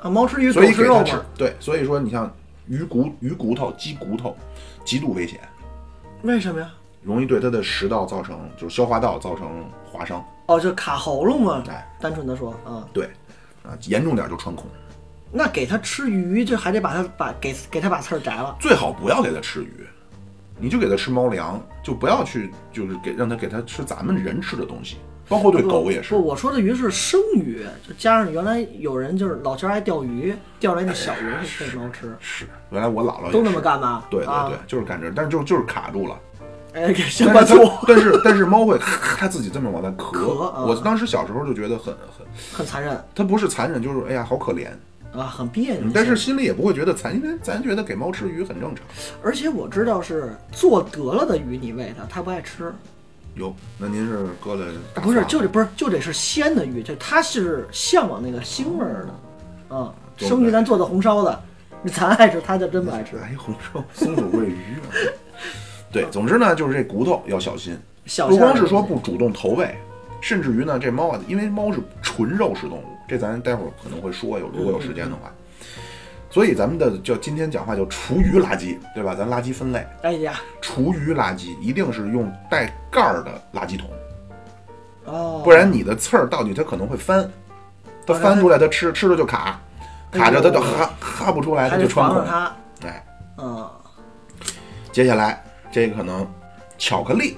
B: 啊，猫吃鱼，狗
A: 所以
B: 吃
A: 给
B: 肉
A: 它吃
B: 嘛。。
A: 对，所以说你像鱼骨、鱼骨头、鸡骨头，极度危险，
B: 为什么呀？
A: 容易对它的食道造成，就是消化道造成划伤。
B: 哦，就卡喉咙嘛。
A: 哎，
B: 单纯的说啊，
A: 对，啊，严重点就穿孔。
B: 那给它吃鱼，就还得把它把给给它把刺儿摘了。
A: 最好不要给它吃鱼，你就给它吃猫粮，就不要去就是给让它给它吃咱们人吃的东西，包括对狗也是
B: 不，。我说的鱼是生鱼，就加上原来有人就是老家爱钓鱼，钓来那小鱼给猫吃，
A: 哎是，原来我姥姥也
B: 都那
A: 是
B: 么。干吧？
A: 对对
B: 啊
A: 对，，就是干这，但是就就是卡住了。
B: 哎，给先把
A: 但是
B: 醋，
A: 它，但是但是猫会它自己这么往外
B: 咳
A: 咳。
B: 啊
A: 我当时小时候就觉得很很，
B: 很残忍
A: 它不是残忍，就是哎呀好可怜。
B: 啊，很别扭。
A: 嗯但是心里也不会觉得残，因为咱觉得给猫吃鱼很正常。
B: 而且我知道是做得了的鱼，你喂它，它不爱吃。
A: 有，那您是搁了大蒜
B: 不是，就得不是就得是鲜的鱼，就它是向往那个腥味儿的，
A: 哦
B: 啊，
A: 做
B: 生鱼咱做的红烧的，咱爱吃，它就真不爱吃。
A: 哎红烧松鼠桂鱼啊。对，总之呢，就是这骨头要小心，
B: 小
A: 不
B: 虾
A: 光是
B: 儿
A: 说不主动投喂，甚至于呢，这猫啊，因为猫是纯肉食动物，这咱待会儿可能会说有，如果有时间的
B: 嗯
A: 话。所以咱们的叫今天讲话叫厨余垃圾，对吧？咱垃圾分类，
B: 哎呀，
A: 厨余垃圾一定是用带盖儿的垃圾桶，
B: 哦，
A: 不然你的刺儿到底它可能会翻，它
B: 哦
A: 翻出来它吃吃了就卡，卡着它就哈哈不出来，它
B: 哎还
A: 就
B: 得
A: 穿
B: 防着
A: 孔。
B: 它，
A: 哎，
B: 嗯，
A: 接下来这个可能巧克力，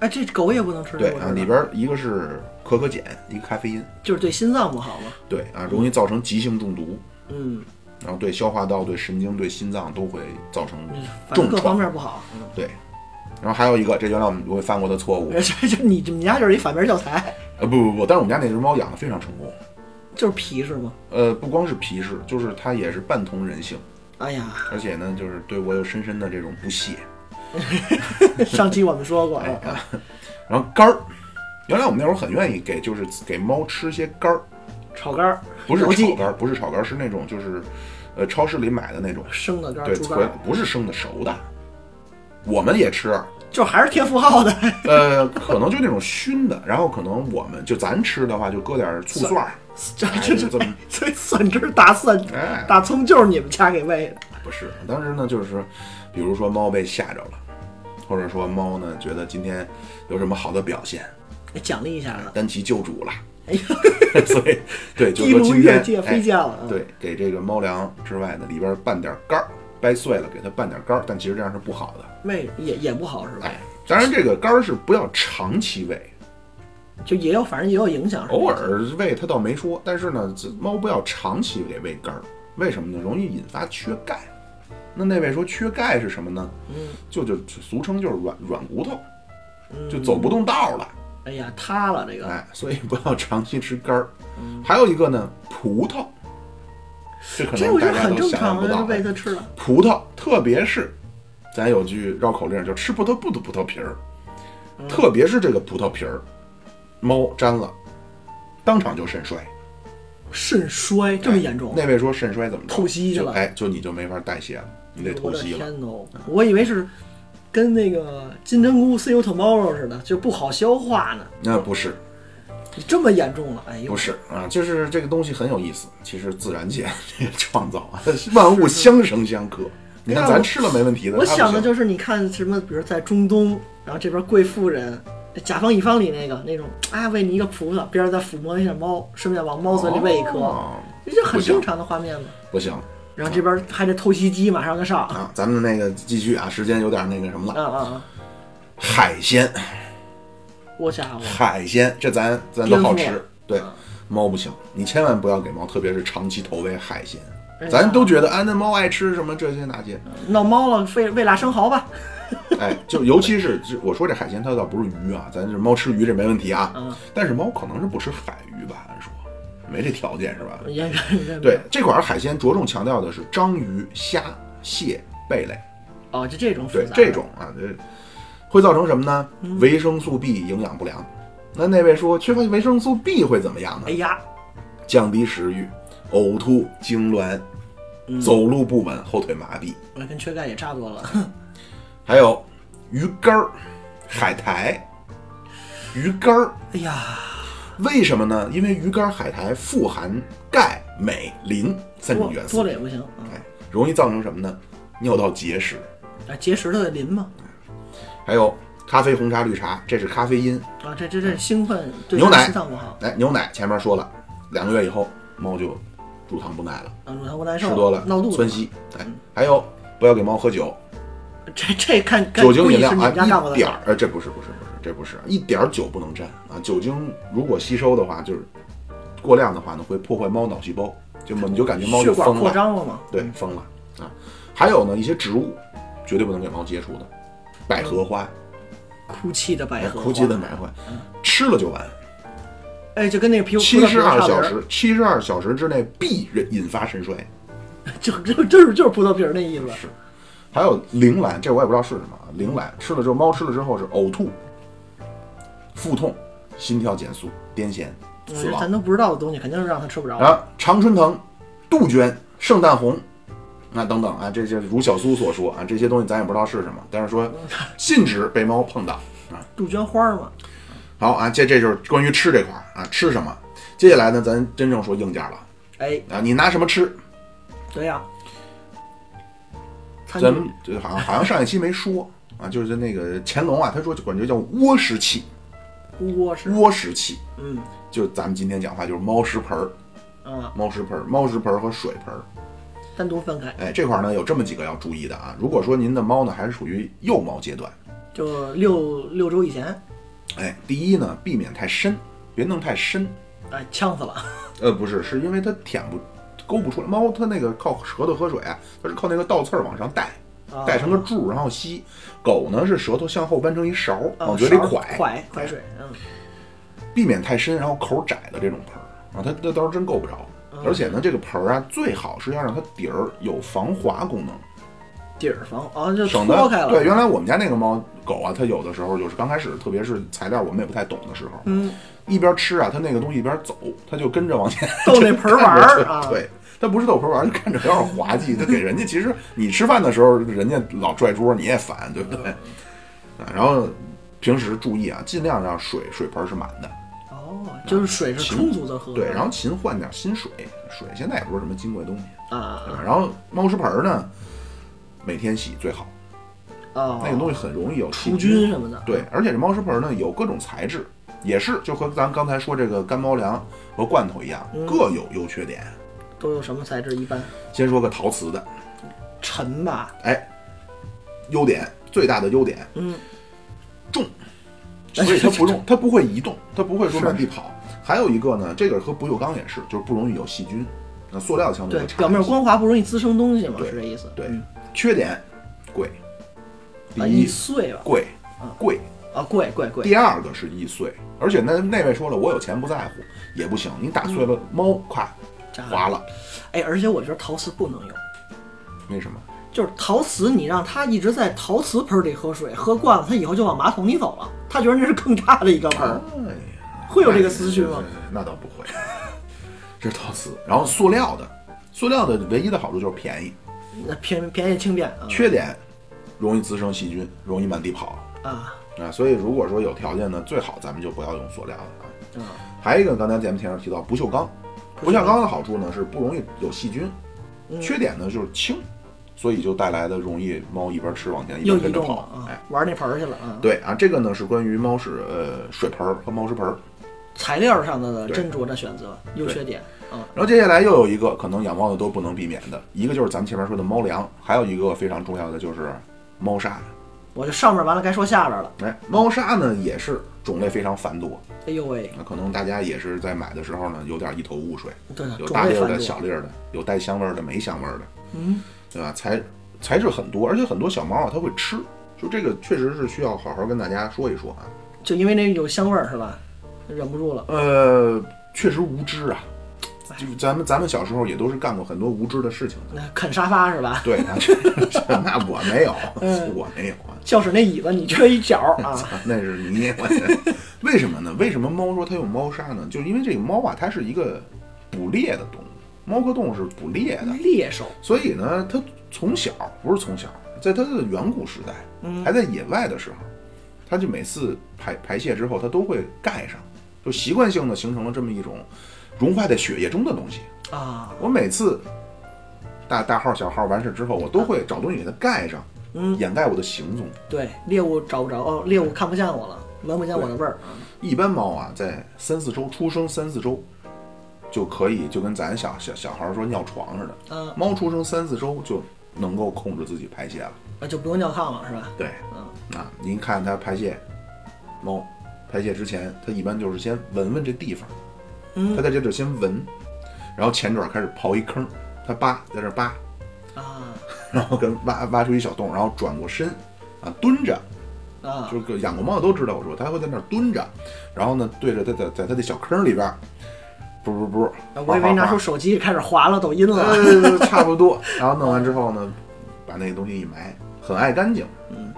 B: 哎，这狗也不能吃这
A: 对
B: 个，
A: 啊，
B: 我
A: 里
B: 知道
A: 边儿一个是可可碱，一个咖啡因，
B: 就是对心脏不好嘛，
A: 对啊，容易造成急性中毒，
B: 嗯，
A: 然后对消化道、对神经、对心脏都会造成
B: 反
A: 重
B: 正各方
A: 创。
B: 面不好。 嗯
A: 对，然后还有一个，这原来我们会犯过的错误，
B: 这这你你们家就是一反面教材，
A: 呃，不不不，但是我们家那只猫养的非常成功，
B: 就是皮是吗？
A: 呃，不光是皮实，就是它也是半同人性，
B: 哎呀，
A: 而且呢，就是对我有深深的这种不屑。
B: 上期我们说过，
A: 哎
B: 啊
A: 然后肝儿，原来我们那会儿很愿意给，就是给猫吃些肝儿，
B: 炒肝儿，
A: 不是
B: 油
A: 炒
B: 记
A: 肝儿，不是炒肝儿，是那种就是，呃，超市里买的那种，
B: 生的肝儿，
A: 对，
B: 啊猪肝
A: 回
B: 儿，
A: 不是生的熟的，我们也吃，
B: 就还是贴符 号的，
A: 呃，可能就那种熏的，然后可能我们就咱吃的话，就搁点儿醋蒜儿，
B: 这
A: 哎
B: 这
A: 就这
B: 这
A: 么，
B: 所以蒜汁大蒜
A: 哎，
B: 大葱就是你们家给喂的，
A: 不是，当时呢就是，比如说猫被吓着了，或者说猫呢觉得今天有什么好的表现，
B: 哎奖励一下啊子。
A: 单骑救主了，
B: 哎呀，
A: 所以对，就
B: 一
A: 说
B: 路
A: 今
B: 越
A: 天
B: 界
A: 哎
B: 飞溅了，，
A: 对，给这个猫粮之外呢，里边拌点干儿，掰碎了给它拌点干儿，但其实这样是不好的。
B: 喂也也不好是吧
A: 哎？，当然这个干儿是不要长期喂，
B: 就也有，反正也有影响，是吧
A: 偶尔喂它倒没说，但是呢，这猫不要长期给喂干儿，为什么呢？容易引发缺钙。那那位说缺钙是什么呢？
B: 嗯，
A: 就就俗称就是软软骨头，就走不动道了。
B: 哎呀塌了这个，
A: 哎，所以不要长期吃干儿。
B: 嗯
A: 还有一个呢，葡萄，这可
B: 这
A: 能
B: 我觉
A: 大
B: 得
A: 家
B: 很
A: 都
B: 正
A: 想象
B: 常
A: 不
B: 啊，就
A: 到
B: 是
A: 啊。
B: 喂它吃了。
A: 葡萄，特别是咱有句绕口令，叫吃葡萄不吐葡萄皮儿，
B: 嗯
A: 特别是这个葡萄皮儿，猫沾了，当场就肾衰，
B: 肾衰这么严重？
A: 哎那位说肾衰怎么着
B: 透析去
A: 就
B: 了
A: 哎，就你就没法代谢了，你得
B: 我
A: 透
B: 的
A: 析了。
B: 天哦！我以为是跟那个金针菇 see you tomorrow 似的，就不好消化呢。
A: 那不是，
B: 你这么严重了，哎呦，
A: 不是啊，就是这个东西很有意思。其实自然界 这个创造 啊，万物相生相克。你看
B: 对啊
A: 咱
B: 我
A: 吃了没问题的，
B: 我
A: 它不
B: 想的
A: 行
B: 就是你看什么，比如在中东，然后这边贵妇人。甲方乙方里那个那种，啊，喂你一个葡萄，边上再抚摸一下猫，顺便往猫嘴里喂一颗，
A: 哦
B: 这就很
A: 不行
B: 正常的画面嘛。
A: 不行
B: 然后这边还得透析机马上就上，啊
A: 啊，咱们那个继续啊，时间有点那个什么了。
B: 啊啊！
A: 海鲜，
B: 我家伙，
A: 海鲜，这咱咱都好
B: 颠覆
A: 吃
B: 了。
A: 对
B: 嗯，
A: 猫不行，你千万不要给猫，特别是长期投喂海鲜
B: 哎。呀
A: 咱都觉得啊，那猫爱吃什么这些那些，
B: 闹猫了，喂喂俩生蚝吧。 嗯
A: 哎，就尤其是这我说这海鲜，它倒不是鱼啊，咱这猫吃鱼这没问题啊
B: 嗯，
A: 但是猫可能是不吃海鱼吧，按说没这条件是吧？
B: 也也
A: 对，这款海鲜着重强调的是章鱼、虾、蟹、贝类，
B: 哦，就这种复
A: 对
B: 杂的嗯
A: 这种啊，这会造成什么呢？维生素 B 营养不良。那那位说缺乏维生素 B 会怎么样呢
B: 哎？呀，
A: 降低食欲、呕吐、痉挛、
B: 嗯
A: 走路不稳、后腿麻痹，
B: 我跟缺钙也差不多了。
A: 还有鱼干儿、海苔、鱼干儿。
B: 哎呀，
A: 为什么呢？因为鱼竿、海苔富含钙、镁、磷三种
B: 多
A: 元素
B: 多了，也不行啊。
A: 哎，容易造成什么呢？尿道结石，
B: 啊，结石它的磷嘛，
A: 还有咖啡、红茶、绿茶，这是咖啡因。
B: 啊，这这这兴奋对
A: 牛
B: 它
A: 奶
B: 心脏不好，
A: 哎，牛奶前面说了，两个月以后猫就乳糖不耐了，
B: 啊，乳糖不耐
A: 吃
B: 受，
A: 多了
B: 闹肚
A: 窜
B: 子。嗯
A: 稀。哎，还有不要给猫喝酒，
B: 这这看看
A: 酒精
B: 故意
A: 饮料
B: 是你
A: 啊
B: 们家干过
A: 一点
B: 的，
A: 儿，呃，这不是不是不是，这不是一点儿酒不能沾啊。酒精如果吸收的话，就是过量的话呢，会破坏猫脑细胞，就你就感觉猫
B: 血
A: 就
B: 管
A: 疯
B: 扩
A: 了，
B: 张了嘛。
A: 对，疯了啊。还有呢，一些植物绝对不能给猫接触的，百合花，
B: 哭泣的百合，嗯
A: 枯竭的百。合，吃了就完，
B: 哎，就跟那个皮肤
A: 七十二
B: 葡萄皮
A: 小
B: 儿差
A: 时，七十二小时之内必引发肾衰。
B: 不多，就就就是就是葡萄皮儿那意思。
A: 还有铃兰，这我也不知道是什么啊。铃兰吃了之后，猫吃了之后是呕吐、腹痛、心跳减速、癫痫、死
B: 嗯
A: 亡。
B: 咱都不知道的东西，肯定是让它吃不着。
A: 然后常春藤、杜鹃、圣诞红，那等等啊，这这如小苏所说啊，这些东西咱也不知道是什么，但是说禁止被猫碰到。
B: 杜鹃花儿嘛，
A: 好啊，这这就是关于吃这块儿啊，吃什么？接下来呢，咱真正说硬件了
B: 哎，
A: 啊，你拿什么吃？
B: 对呀、餐
A: 咱
B: 具
A: 们这好像好像上一期没说啊，就是那个乾隆啊，他说管这叫窝食器，
B: 窝是，
A: 窝食器。
B: 嗯
A: 就咱们今天讲话就是猫食盆儿，
B: 啊，
A: 猫食盆儿，猫食盆儿和水盆儿。
B: 单独分开，
A: 哎，这块儿呢有这么几个要注意的啊。如果说您的猫呢还是属于幼猫阶段，
B: 就六六周以前，
A: 哎，第一呢避免太深，别弄太深。
B: 哎，呛死了。
A: 呃，不是，是因为它舔不勾不出来，猫它那个靠舌头喝水啊，它是靠那个倒刺儿往上带，
B: 啊
A: 带成个柱儿然后吸。狗呢是舌头向后弯成一勺儿，
B: 啊
A: 往嘴里
B: 勺儿
A: 蒯，
B: 蒯蒯水，嗯，
A: 避免太深，然后口窄的这种盆儿啊，它那到时候真够不着。
B: 嗯
A: 而且呢，这个盆儿啊，最好是要让它底儿有防滑功能，
B: 底儿防啊，就
A: 省
B: 脱开
A: 得
B: 了。
A: 对。原来我们家那个猫狗啊，它有的时候就是刚开始，特别是材料我们也不太懂的时候，
B: 嗯，
A: 一边吃啊，它那个东西一边走，它就跟着往前
B: 逗那盆儿玩儿啊
A: 对，它不是逗盆儿玩儿，就看着有点滑 稽，它给人家其实你吃饭的时候，人家老拽桌，你也烦，对不对？
B: 嗯
A: 啊，然后平时注意啊，尽量让水水盆儿是满的。
B: 哦，就是水是充足的喝。
A: 对，然后勤换点新水，水现在也不是什么金贵东西。
B: 啊
A: 啊然后猫食盆儿呢，每天洗最好，
B: 哦，
A: 那个东西很容易有细
B: 除菌什么的。
A: 对，而且这猫食盆儿呢有各种材质，也是就和咱刚才说这个干猫粮和罐头一样，
B: 嗯
A: 各有优缺点。
B: 都有什么材质？一般
A: 先说个陶瓷的，
B: 沉吧，
A: 哎，优点最大的优点，
B: 嗯，
A: 重，所以它不重，它不会移动，它不会说满地跑。还有一个呢，这个和不锈钢也是，就是不容易有细菌。那塑料相对
B: 对
A: 就，差
B: 表面
A: 一些
B: 光滑不容易滋生东西嘛，
A: 嗯对
B: 是这意思。
A: 对
B: 嗯，
A: 缺点贵，第
B: 啊，易
A: 一
B: 碎吧，
A: 贵贵，
B: 啊，贵贵贵，
A: 第二个是易碎，而且那那位说了，我有钱不在乎也不行，你打碎了猫咵
B: 嗯炸
A: 划了，
B: 哎，而且我觉得陶瓷不能用，
A: 为什么？
B: 就是陶瓷，你让它一直在陶瓷盆里喝水，喝惯了，它以后就往马桶里走了，它觉得那是更大的一个盆儿，
A: 哎呀，
B: 会有这个思绪吗？
A: 那倒不会，这是陶瓷。然后塑料的，塑料的唯一的好处就是便宜，
B: 那便便宜轻便啊
A: 缺点容易滋生细菌，容易满地跑
B: 啊
A: 啊。所以如果说有条件呢，最好咱们就不要用塑料的啊。
B: 啊，
A: 还有一个，刚才咱们前面提到不锈钢，不锈钢的嗯好处呢是不容易有细菌，缺点呢就是轻，所以就带来的容易猫一边吃往前一
B: 又
A: 边跟
B: 移
A: 着
B: 动了
A: 跑。
B: 啊
A: 哎，，
B: 玩那盆儿去了啊，
A: 对啊，这个呢是关于猫屎呃水盆儿和猫食盆儿。
B: 材料上的
A: 对
B: 斟酌的选择优
A: 对
B: 缺点啊，
A: 然后接下来又有一个可能养猫的都不能避免的，一个就是咱们前面说的猫粮，还有一个非常重要的就是猫砂。
B: 我就上面完了该说下边了，
A: 哎，猫砂呢也是种类非常繁多，
B: 哎呦喂，
A: 那可能大家也是在买的时候呢有点一头雾水。
B: 对了，
A: 有
B: 种
A: 大粒
B: 类
A: 儿
B: 繁
A: 的、
B: 多，
A: 小粒儿的，有带香味儿的、没香味儿的，嗯，对吧？材材质很多，而且很多小猫啊，它会吃，就这个确实是需要好好跟大家说一说啊。
B: 就因为那有香味儿是吧？忍不住了，
A: 呃，确实无知啊，就咱们咱们小时候也都是干过很多无知的事情的。
B: 那啃沙发是吧？
A: 对啊，这这那我没有，我没有啊，
B: 教室那椅子你缺一角儿 啊，
A: 那是你我。为什么呢？为什么猫说它用猫砂呢？就是因为这个猫啊，它是一个捕猎的动物，猫科动物是捕猎的，
B: 猎手
A: 所以呢，它从小不是从小，在它的远古时代，
B: 嗯
A: 还在野外的时候，它就每次排排泄之后，它都会盖上，就习惯性的形成了这么一种融化在血液中的东西。
B: 啊，
A: 我每次大大号小号完事之后，我都会找东西给它盖上，
B: 嗯，
A: 掩盖我的行踪。
B: 对，猎物找不着，哦，猎物看不见我了，闻不见我的味儿啊。
A: 一般猫啊，在三四周出生三四周就可以，就跟咱小小小孩说尿床似的，
B: 嗯，
A: 猫出生三四周就能够控制自己排泄了。
B: 啊就不用尿炕了是吧？
A: 对，
B: 嗯，
A: 啊，您看它排泄，猫排泄之前，它一般就是先闻闻这地方，
B: 嗯
A: 它在这就先闻，然后前爪开始刨一坑，它扒在这儿扒，
B: 啊
A: 然后跟挖挖出一小洞，然后转过身，啊，蹲着，
B: 啊
A: 就是养过猫的都知道，我说它会在那儿蹲着，然后呢，对着它在在它的小坑里边儿，不不不，
B: 啊，我以为拿出手机开始划了抖 音了。
A: 呃，差不多。然后弄完之后呢，把那个东西一埋，很爱干净。嗯，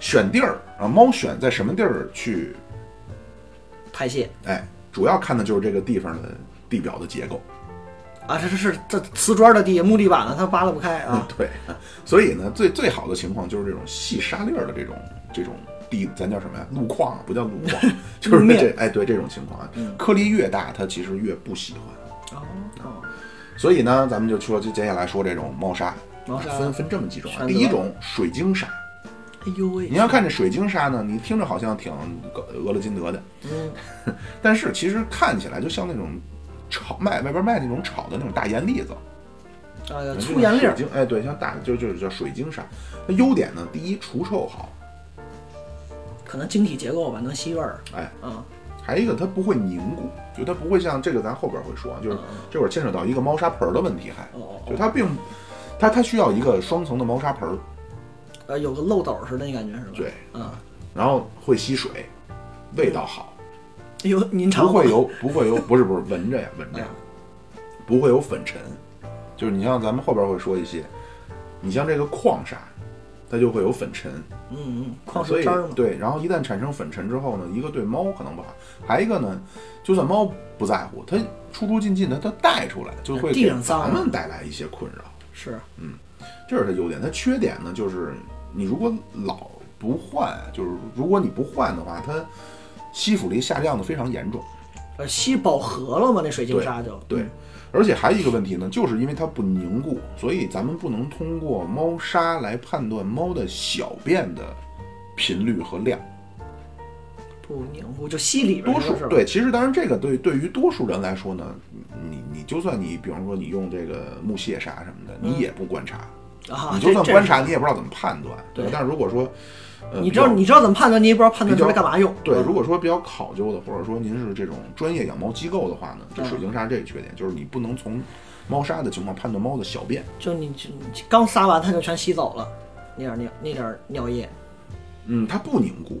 A: 选地儿啊，猫选在什么地儿去？
B: 排泄
A: 哎，主要看的就是这个地方的地表的结构。
B: 啊，这这是这瓷砖的地，木地板的，它扒拉不开啊。
A: 对，所以呢，最最好的情况就是这种细沙粒儿的这种这种地，咱叫什么呀？路况啊不叫路 况，就是
B: 路面嗯
A: 这哎对这种情况啊，颗粒越大，它其实越不喜欢。
B: 哦，
A: 所以呢，咱们就说，就接下来说这种猫砂，
B: 猫砂
A: 分分这么几种啊。
B: 选择
A: 第一种水晶沙，
B: 哎呦喂，
A: 你要看这水晶沙呢，你听着好像挺俄勒金德的，
B: 嗯
A: 但是其实看起来就像那种炒卖外边卖那种炒的那种大盐粒子，
B: 啊，
A: 就
B: 粗
A: 是
B: 盐粒
A: 水
B: 儿
A: 晶，哎，对，像大就就是叫水晶沙。那优点呢，第一除臭好，
B: 可能晶体结构吧，能吸味儿
A: 哎，
B: 啊。
A: 还有一个它不会凝固，就它不会像这个咱后边会说，啊就是
B: 嗯嗯
A: 这会儿牵扯到一个猫砂盆儿的问题还，
B: 哦哦
A: 就
B: 哦，
A: 它并它它需要一个双层的猫砂盆儿，
B: 呃，有个漏斗似的那感觉是吧？
A: 对，
B: 啊，
A: 然后会吸水，味道好。
B: 哎呦，您尝
A: 不
B: 过
A: 会有，不会有，不是不是，闻着呀，闻着呀，
B: 嗯
A: 不会有粉尘，就是你像咱们后边会说一些，你像这个矿砂，它就会有粉尘，
B: 嗯嗯，矿
A: 所
B: 石
A: 以
B: 渣儿嘛，
A: 对，然后一旦产生粉尘之后呢，一个对猫可能不好，还一个呢，就算猫不在乎，它出出进进的，它带出来就会
B: 地
A: 给
B: 上脏
A: 咱
B: 了
A: 们带来一些困扰，
B: 是
A: 这是它优点。它缺点呢，就是你如果老不换，就是如果你不换的话，它吸附力下降的非常严重。
B: 呃吸饱和了嘛，那水晶
A: 对
B: 沙就
A: 对，而且还有一个问题呢，就是因为它不凝固，所以咱们不能通过猫砂来判断猫的小便的频率和量。
B: 不凝固就吸里边
A: 多
B: 儿去
A: 数
B: 了是吧？
A: 对，其实当然这个对对于多数人来说呢，你你就算你比方说你用这个木屑砂什么的，你也不观察，
B: 嗯啊，
A: 你
B: 这
A: 就算
B: 这
A: 观
B: 是
A: 察，你也不知道怎么判断。吧
B: 对
A: 但是如果说，呃，
B: 你
A: 比
B: 知道
A: 较
B: 你知道怎么判断，你也不知道判
A: 比
B: 断出
A: 较
B: 来干嘛用。
A: 对，
B: 嗯
A: 如果说比较考究的，或者说您是这种专业养猫机构的话呢，这
B: 嗯
A: 水晶砂这个缺点就是你不能从猫砂的情况判断猫的小便。
B: 就你就你刚撒完，它就全吸走了，那点儿尿那点儿尿液
A: 嗯，它不凝固，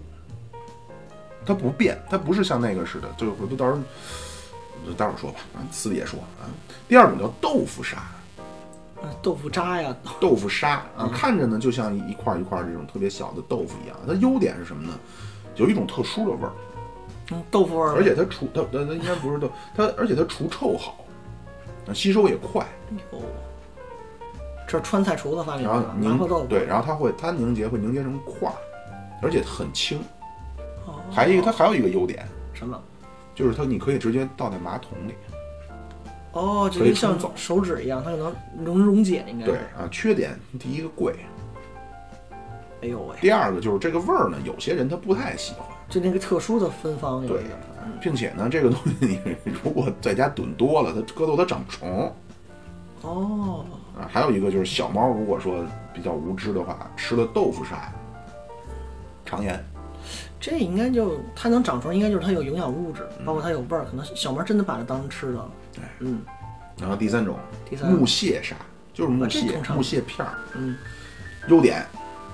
A: 它不变，它不是像那个似的，就是回头到时候，就待会儿说吧，啊，私底下说啊。第二种叫豆腐砂，
B: 啊，豆腐渣呀，
A: 豆腐砂
B: 嗯
A: 啊，看着呢就像一块儿一块儿这种特别小的豆腐一样。它优点是什么呢？有一种特殊的味儿，
B: 嗯，豆腐味儿。
A: 而且它除它它它应该不是豆，它而且它除臭好，啊吸收也快，
B: 哦，这是川菜厨子发明
A: 然后
B: 的，麻
A: 凝
B: 嗯婆豆腐。
A: 对，然后它会它凝结会凝结成块儿，而且很轻。
B: 哦，
A: 还有一个它还有一个优点
B: 什么？
A: 就是它你可以直接倒在马桶里。
B: 哦，就
A: 可以
B: 是像
A: 冲走
B: 手指一样，它可能溶溶解，应该
A: 对
B: 是。
A: 啊，缺点第一个贵，
B: 哎呦喂，
A: 第二个就是这个味儿呢，有些人他不太喜欢。
B: 就那个特殊的芬芳有
A: 对
B: 一个，
A: 并且呢，这个东西你 如果在家炖多了，它搁豆它长虫
B: 哦，
A: 啊。还有一个就是小猫，如果说比较无知的话，吃了豆腐砂，肠炎。
B: 这应该就它能长出来，应该就是它有营养物质，
A: 嗯
B: 包括它有味儿，可能小猫真的把它当成吃的了。嗯，
A: 然后第三种，
B: 第三
A: 木屑砂，就是木
B: 啊这
A: 屑
B: 通常
A: 木屑片儿。
B: 嗯，
A: 优点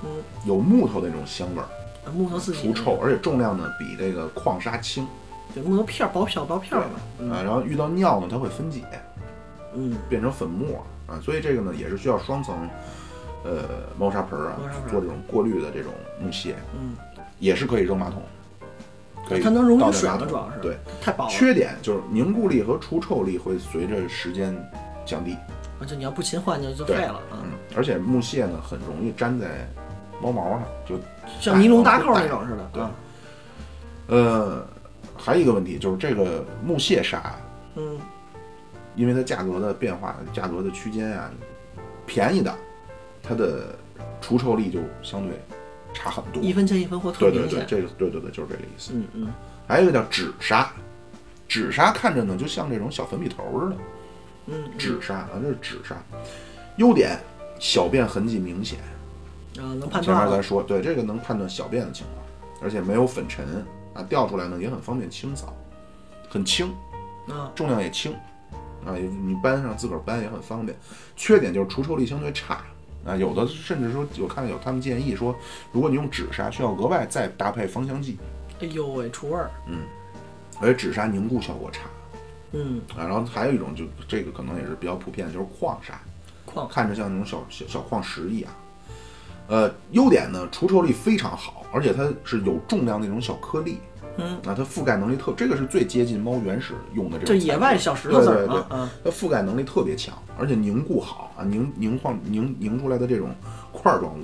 B: 嗯，
A: 有木头的那种香味儿，
B: 木头自己
A: 除
B: 的
A: 臭，而且重量呢比这个矿砂轻
B: 对，木头片儿薄小薄片儿嘛。嗯
A: 啊。然后遇到尿呢，它会分解。
B: 嗯，
A: 变成粉末啊，所以这个呢也是需要双层，呃，猫砂盆儿啊
B: 猫砂盆，儿
A: 做这种过滤的这种木屑，
B: 嗯，
A: 也是可以扔马桶，可以
B: 它能溶
A: 倒
B: 于
A: 在
B: 水
A: 马
B: 了，
A: 桶
B: 主要是
A: 对，
B: 太薄了。
A: 缺点就是凝固力和除臭力会随着时间降低，
B: 而且你要不勤换就就
A: 对
B: 废了啊
A: 嗯，，而且木屑呢很容易粘在猫毛上，就
B: 像尼龙搭
A: 带
B: 扣那
A: 带
B: 种似的
A: 对
B: 啊。
A: 呃，还有一个问题就是这个木屑沙，啊
B: 嗯，
A: 因为它价格的变化、价格的区间啊，便宜的，它的除臭力就相对差很多。
B: 一分钱一分货，特
A: 对
B: 别
A: 对
B: 明
A: 对，
B: 显。
A: 这个对对对，就是这个意思。
B: 嗯嗯，
A: 还有一个叫纸砂，纸砂看着呢就像这种小粉笔头似的。
B: 嗯，
A: 纸砂啊，这是纸砂。优点：小便痕迹明显。
B: 啊，能判
A: 前
B: 断
A: 面
B: 了
A: 咱。说，对这个能判断小便的情况，而且没有粉尘啊，掉出来呢也很方便清扫，很轻，
B: 啊，
A: 重量也轻啊，也你搬上自个儿搬也很方便。缺点就是除臭力相对差啊，有的甚至说我看有他们建议说，如果你用纸砂，需要额外再搭配芳香剂，
B: 哎呦喂，除味儿。
A: 而且纸砂凝固效果差
B: 嗯，
A: 啊。然后还有一种就这个可能也是比较普遍的，就是矿砂。
B: 矿
A: 看着像那种小小小矿石一样。呃，优点呢，除臭力非常好，而且它是有重量的那种小颗粒，
B: 嗯，
A: 啊，它覆盖能力特，这个是最接近猫原始用的这种
B: 就
A: 材质，
B: 野外小石头
A: 对
B: 子
A: 对
B: 儿
A: 对，
B: 啊啊，
A: 它覆盖能力特别强，而且凝固好啊，凝凝矿凝凝出来的这种块状物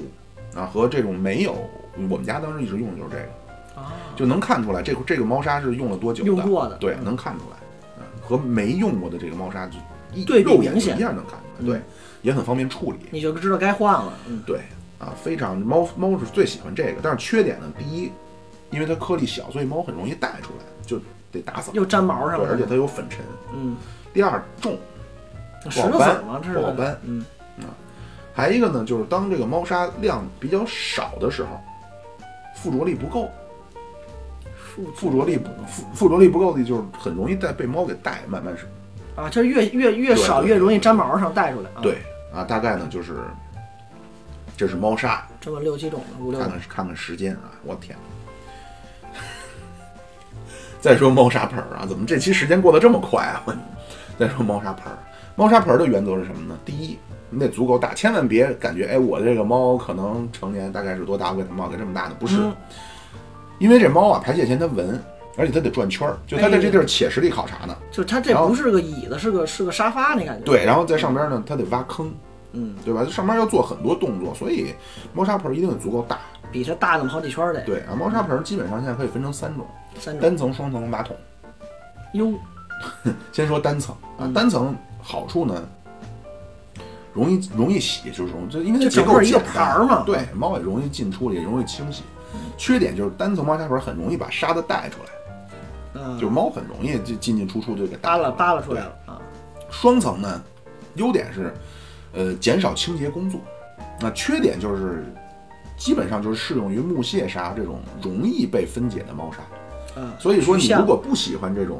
A: 啊，和这种没有，我们家当时一直用的就是这个，
B: 啊，
A: 就能看出来这个这个猫砂是用了多久的，
B: 用过的
A: 对，
B: 嗯
A: 能看出来，嗯，和没用过的这个猫砂就一
B: 对比
A: 肉眼
B: 明
A: 就
B: 显
A: 一样能看出来，
B: 嗯
A: 对，也很方便处理，
B: 你就知道该换了。嗯
A: 对啊，非常猫猫是最喜欢这个，但是缺点呢，第一，因为它颗粒小，所以猫很容易带出来，就得打扫，
B: 又粘毛上
A: 对，
B: 了。
A: 而且它有粉尘。
B: 嗯，
A: 第二重，
B: 石
A: 好
B: 头子
A: 搬
B: 儿嘛，这是
A: 不好搬
B: 嗯
A: 还一个呢，就是当这个猫砂量比较少的时候，附着力不够，
B: 附
A: 附着力不附附着力不够的，就是很容易带被猫给带，慢慢是，
B: 啊，就是越越越
A: 对
B: 少
A: 对
B: 越
A: 对
B: 容易
A: 对
B: 粘毛上带出来啊。，
A: 对啊，大概呢就是，这是猫砂，
B: 这么六七种的五六
A: 看
B: 种
A: 看看看时间啊，我天！ 再说猫砂盆儿啊，怎么这期时间过得这么快啊？ 我再说猫砂盆儿，猫砂盆儿的原则是什么呢？第一，你得足够大，千万别感觉哎，我这个猫可能成年大概是多大，我给它猫给这么大的，不是，
B: 嗯
A: 因为这猫啊排泄前它闻，而且它得转圈
B: 哎
A: 儿，就它在这地儿且实地考察呢。
B: 就它这
A: 然后
B: 不是个椅子，是个是个沙发那感觉。，
A: 对，然后在上边呢，它得挖坑，
B: 嗯，
A: 对吧？这上边要做很多动作，所以猫砂盆儿一定得足够大。
B: 比它大那么好几圈儿得。，
A: 对啊，猫砂盆儿基本上现在可以分成三种。
B: 三种。
A: 单层、双层马桶。
B: 哟，
A: 先说单层啊
B: 嗯，
A: 单层好处呢，容易容易洗，就是容易，就因为它
B: 就
A: 结
B: 整
A: 构
B: 个一个
A: 简单
B: 盘儿嘛
A: 对，猫也容易进出，也容易清洗。缺点就是单层猫砂盆很容易把沙子带出来，
B: 嗯，
A: 就是猫很容易就进进出出就给
B: 扒
A: 带
B: 拉扒拉出来
A: 对
B: 了啊。
A: 双层呢，优点是，呃，减少清洁工作，那缺点就是，基本上就是适用于木屑沙这种容易被分解的猫砂。
B: 嗯，
A: 所以说，
B: 局
A: 你
B: 限
A: 如果不喜欢这种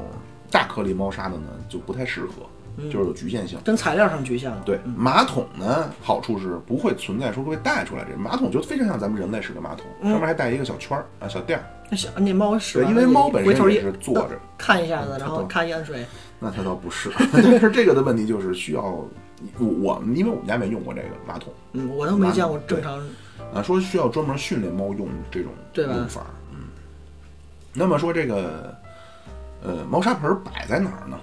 A: 大颗粒猫砂的呢，就不太适合，就是有局限性。
B: 跟材料上局限了。
A: 对，马桶呢，好处是不会存在说会带出来。这马桶就非常像咱们人类式的马桶，上面还带一个小圈儿啊、小垫儿。
B: 那小那猫是
A: 对，
B: 吧，
A: 因为猫本
B: 回头
A: 身也
B: 一
A: 是坐着，
B: 看一下子，然后
A: 嗯
B: 看一眼水，
A: 那它倒不是。 但是这个的问题就是需要我我们，因为我们家没用过这个马桶
B: 嗯，我都没见过正常。
A: 啊，说需要专门训练猫用这种
B: 对吧
A: 用法儿。嗯，那么说这个呃猫砂盆儿摆在哪儿呢？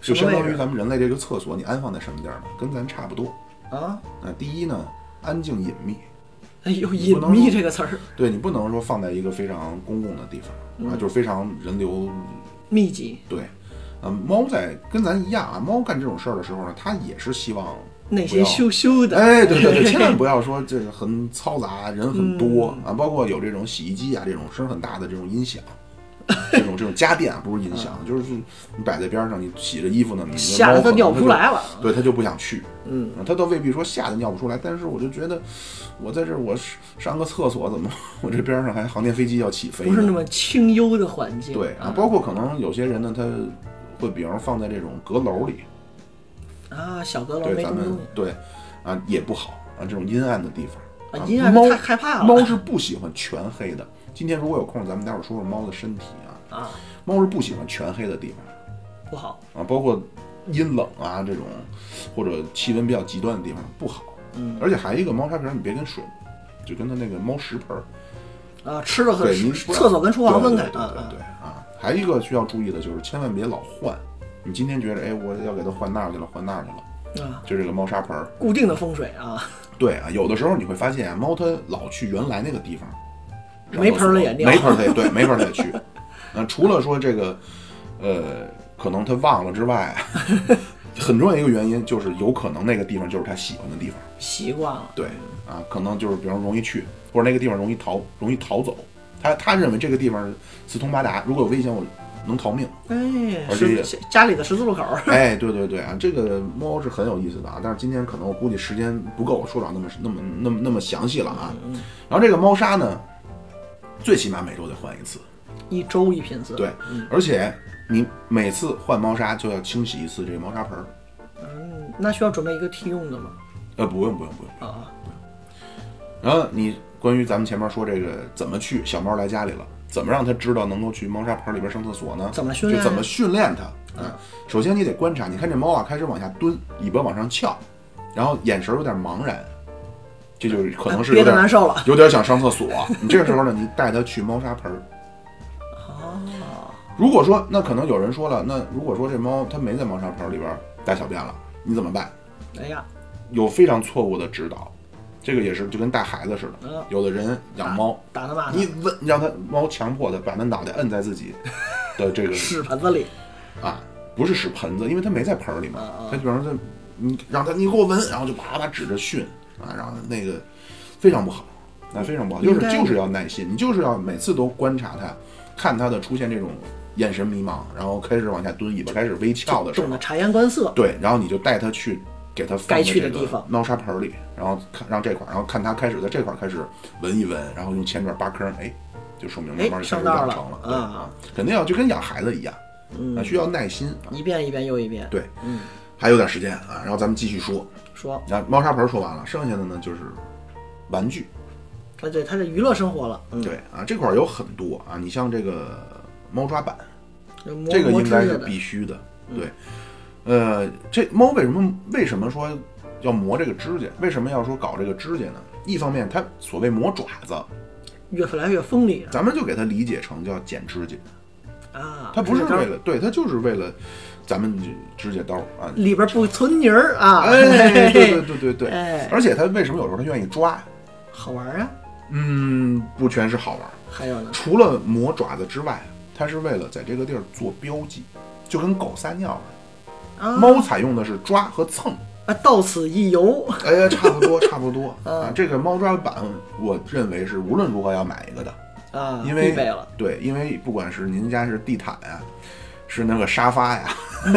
A: 就
B: 什么
A: 相
B: 位置
A: 当于咱们人类这个厕所，你安放在什么地儿呢？跟咱差不多。
B: 啊，
A: 那第一呢，安静隐秘，
B: 哎呦，
A: 你
B: 隐
A: 不能
B: 秘这个词儿
A: 对你不能说放在一个非常公共的地方、
B: 嗯
A: 啊，就是非常人流
B: 密集
A: 对。嗯，猫在跟咱一样啊，猫干这种事儿的时候呢，它也是希望
B: 内
A: 不
B: 心
A: 要
B: 羞羞 的。
A: 哎，对对对，千万不要说这个很嘈杂，人很多、
B: 嗯
A: 啊，包括有这种洗衣机啊，这种声很大的这种音响，这种这种家电啊，不是音响，就是你摆在边上，你洗着衣服呢，你的
B: 嗯 吓
A: 猫
B: 得
A: 可
B: 它
A: 能
B: 尿不
A: 就
B: 出来了。
A: 对，他就不想去，
B: 嗯
A: 啊，他倒未必说吓得尿不出来，但是我就觉得，我在这儿我是上个厕所怎么，我这边上还航天飞机要起飞呢，
B: 不是那么清幽的环境。
A: 对啊，
B: 啊
A: 包括可能有些人呢，他会比方放在这种阁楼里，
B: 啊，小阁楼
A: 对
B: 没
A: 咱
B: 什么
A: 们
B: 东西
A: 对啊也不好啊，这种阴暗的地方
B: 啊，阴暗
A: 猫
B: 太害怕了。
A: 猫是不喜欢全黑的。今天如果有空，咱们待会儿说说猫的身体啊，
B: 啊，
A: 猫是不喜欢全黑的地方。
B: 不好。
A: 啊，包括阴冷啊这种，或者气温比较极端的地方不好。
B: 嗯，
A: 而且还有一个猫砂盆儿，你别跟水，就跟它那个猫食盆儿，
B: 啊，吃的和
A: 对，您
B: 厕所跟厨房分开
A: 对对对对
B: 啊
A: 对啊。还有一个需要注意的就是，千万别老换。你今天觉得，哎，我要给它换那儿去了，换那儿去了，
B: 啊啊，
A: 就这个猫砂盆儿。
B: 固定的风水啊，
A: 对啊，有的时候你会发现啊，猫它老去原来那个地方，
B: 没盆儿了也尿
A: 没盆儿它也对，没盆儿它也去。那除了说这个，呃，可能他忘了之外， 很重要一个原因就是有可能那个地方就是他喜欢的地方。
B: 习惯了。
A: 对啊，可能就是比方说容易去，或者那个地方容易逃，容易逃走。他他认为这个地方四通八达，如果有危险我能逃命。
B: 哎，
A: 而且也
B: 十字家里的十字路口儿，
A: 哎，对对对啊，这个猫是很有意思的啊，但是今天可能我估计时间不够，我说不了那么那么那么那么详细了啊。然后这个猫砂呢，最起码每周得换一次，
B: 一周一频次。
A: 对，而且你每次换猫砂就要清洗一次这个猫砂盆儿。
B: 嗯，那需要准备一个替用的吗？
A: 呃，不用不用不用。
B: 啊，
A: 然后你关于咱们前面说这个怎么去小猫来家里了，怎么让它知道能够去猫砂盆里边上厕所呢？
B: 怎么训练
A: 就
B: 啊
A: 怎么训练它？嗯，首先你得观察，你看这猫啊，开始往下蹲，尾巴往上翘，然后眼神有点茫然，这就是可能是有
B: 憋得
A: 点
B: 难受了。
A: 有点想上厕所。 你这个时候呢，你带它去猫砂盆儿。
B: 哦，
A: 如果说那可能有人说了，那如果说这猫它没在猫砂盆里边大小便了，你怎么办？
B: 哎呀，
A: 有非常错误的指导，这个也是就跟带孩子似
B: 嗯
A: 的，有的人养猫。
B: 打他骂他
A: 你，问让它猫强迫它把它脑袋摁在自己的这个
B: 屎盆子里。
A: 啊，不是屎盆子，因为它没在盆儿里
B: 啊
A: 嘛
B: 啊。
A: 它比方说它，你让它你给我闻，然后就啪啪指着训啊，然后那个非常不好，那非常不好，就是
B: 应该
A: 就是要耐心，你就是要每次都观察它，看它的出现这种眼神迷茫，然后开始往下蹲，尾巴开始微翘的时
B: 懂
A: 候
B: 得，察言观色，
A: 对，然后你就带它去。给它放
B: 该
A: 在
B: 去
A: 这
B: 的
A: 个
B: 地方
A: 猫砂盆儿里，然后看让这块儿，然后看它开始在这块儿开始闻一闻，然后用前爪扒坑，哎，就说明慢慢就开
B: 哎上
A: 始
B: 道
A: 养
B: 了嗯
A: 成了，
B: 啊
A: 对啊，肯定要就跟养孩子一样，那需要耐心啊，
B: 一遍一遍又一遍。
A: 对，嗯，还有点时间啊，然后咱们继续说。
B: 说，
A: 那猫砂盆说完了，剩下的呢就是玩具。
B: 啊，对，他的娱乐生活了，嗯，
A: 对啊，这块儿有很多啊，你像这个猫抓板，
B: 嗯就摸
A: 这个
B: 摸
A: 应
B: 指
A: 该
B: 甲
A: 是
B: 的，嗯
A: 必须的。对，呃，这猫为什么为什么说要磨这个指甲？为什么要说搞这个指甲呢？一方面，它所谓磨爪子，
B: 越来越锋利
A: 咱们就给它理解成叫剪指甲，
B: 啊。
A: 它不是
B: 指甲
A: 为了，对，它就是为了咱们指甲刀啊。
B: 里边不存泥儿啊，
A: 哎，对对对对对，
B: 哎
A: 而且它为什么有时候它愿意抓？
B: 好玩啊。
A: 嗯，不全是好玩儿。
B: 还有呢，
A: 除了磨爪子之外，它是为了在这个地儿做标记，就跟狗撒尿似
B: 啊
A: 的。猫采用的是抓和蹭，
B: 啊，到此一游，
A: 哎呀，差不 多，差不多
B: 嗯
A: 啊。这个猫抓板，我认为是无论如何要买一个的，
B: 啊，
A: 因为
B: 必备了，
A: 对，因为不管是您家是地毯呀、是那个沙发呀，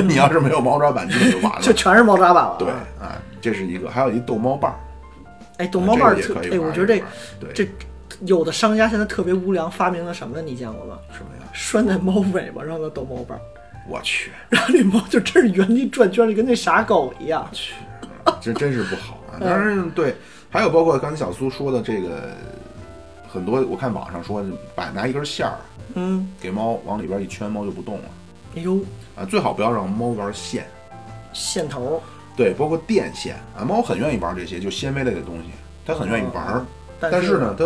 A: 你要是没有猫抓板，基本就完了。
B: 这全是猫抓板了。
A: 对，啊，这是一个，还有一逗猫棒儿，
B: 哎，逗猫棒儿
A: 这
B: 特
A: 个也，可以
B: 哎，
A: 玩
B: 我
A: 一
B: 觉得这
A: 玩对
B: 这有的商家现在特别无良，发明了什么呢？你见过吗？
A: 什么呀？
B: 拴在猫尾巴上的逗猫棒儿，
A: 我 去，
B: 然后那猫就真是原地转圈，就跟那傻狗一样。
A: 去，这真是不好 啊！当然，对，还有包括刚才小苏说的这个，很多我看网上说，把拿一根线儿
B: 嗯，
A: 给猫往里边一圈，猫就不动了
B: 哎呦，
A: 啊！最好不要让猫玩线，
B: 线头儿，
A: 对，包括电线啊，猫很愿意玩这些，就纤维类的东西，它很愿意玩儿，
B: 哦但
A: 但是，呢，它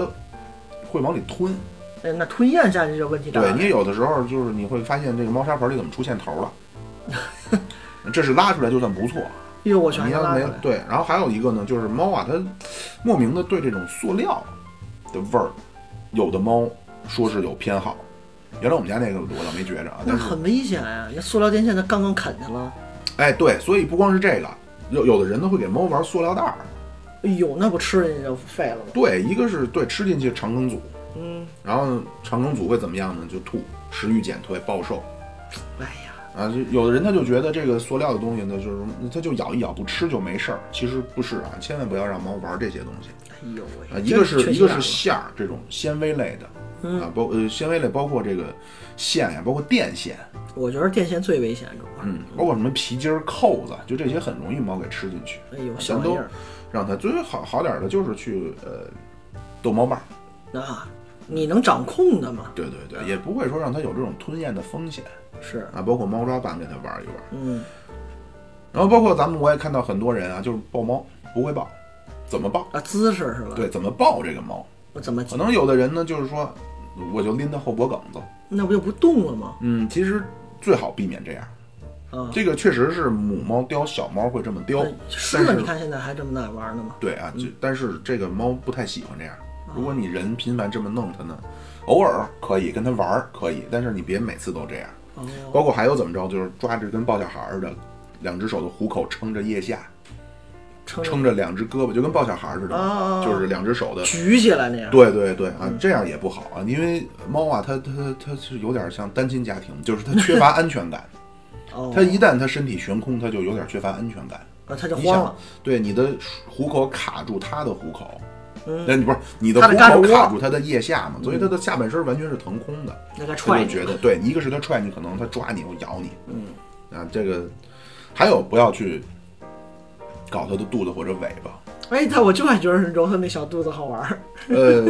A: 会往里吞。
B: 哎，那吞咽下去就问题大了。
A: 对你也有的时候就是你会发现这个猫砂盆里怎么出现头 了，这是拉出来就算不错。
B: 哎呦，我全
A: 你
B: 给
A: 要
B: 拉
A: 没
B: 出
A: 有
B: 来。
A: 对，然后还有一个呢，就是猫啊，它莫名的对这种塑料的味儿，有的猫说是有偏好。原来我们家那个我倒没觉着啊，
B: 那
A: 但 是
B: 很危险呀、那塑料电线它刚刚啃去了，
A: 哎对，所以不光是这个，有有的人呢会给猫玩塑料袋儿，
B: 哎呦，那不吃人家就废了吗？
A: 对，一个是对吃进去肠梗阻，
B: 嗯，
A: 然后肠梗阻会怎么样呢？就吐，食欲减退，暴瘦。
B: 哎呀，
A: 啊，就有的人他就觉得这个塑料的东西呢，就是嗯他就咬一咬不吃就没事儿，其实不是啊，千万不要让猫玩这些东西。
B: 哎呦喂，
A: 啊，一个
B: 真
A: 是
B: 缺
A: 一
B: 心
A: 个
B: 眼
A: 是
B: 儿
A: 线儿这种纤维类的，
B: 嗯
A: 啊，包呃纤维类包括这个嗯线呀，包括电线，
B: 了我觉得电线最危险，主要是。
A: 嗯，包括什么皮筋儿、扣子，就这些很容易猫给吃进去。
B: 哎呦，小
A: 咱
B: 玩意
A: 都
B: 儿，
A: 让它最好好点儿的就是去呃逗猫棒儿，
B: 那你能掌控的嘛？
A: 对对啊对，也不会说让它有这种吞咽的风险
B: 是，
A: 啊，包括猫抓板给它玩一玩。
B: 嗯，
A: 然后包括咱们我也看到很多人啊，就是抱猫不会抱，怎么抱？
B: 啊，姿势是吧？，
A: 对，怎么抱这个猫？
B: 我怎么
A: 可能有的人呢就是说，我就拎它后脖梗子，
B: 那不就不动了吗？
A: 嗯，其实最好避免这样。
B: 啊，
A: 这个确实是母猫叼小猫会这么叼
B: 那，
A: 哦但
B: 狮子
A: 呃是
B: 你看现在还这么爱玩呢吗？
A: 嗯对啊，就但是这个猫不太喜欢这样，如果你人频繁这么弄它呢，偶尔可以跟它玩儿可以，但是你别每次都这样。
B: 哦，
A: 包括还有怎么着，就是抓着跟抱小孩儿的，两只手的虎口撑着腋下，
B: 撑着
A: 撑着两只胳膊，就跟抱小孩儿似的
B: 啊啊
A: 嘛，
B: 啊
A: 就是两只手的
B: 举起来那样。
A: 对对对啊，
B: 嗯
A: 这样也不好啊，因为猫啊，它它它是有点像单亲家庭，就是它缺乏安全感。
B: 哦，
A: 它一旦它身体悬空，它就有点缺乏安全感。
B: 啊他就
A: 你
B: 慌
A: 想
B: 了，，
A: 对你的虎口卡住它的虎口，
B: 嗯
A: 那不是你的
B: 它
A: 虎
B: 的胳
A: 口
B: 肢窝
A: 卡住它的腋下嘛？所以它的下半身完全是腾空的，
B: 那该
A: 它
B: 踹
A: 就
B: 你
A: 觉
B: 了。
A: 得对，一个是它踹你，可能它抓你或咬你，嗯啊，这个还有不要去搞它的肚子或者尾巴，
B: 哎，他我就爱觉得揉他那小肚子好玩儿。
A: 呃，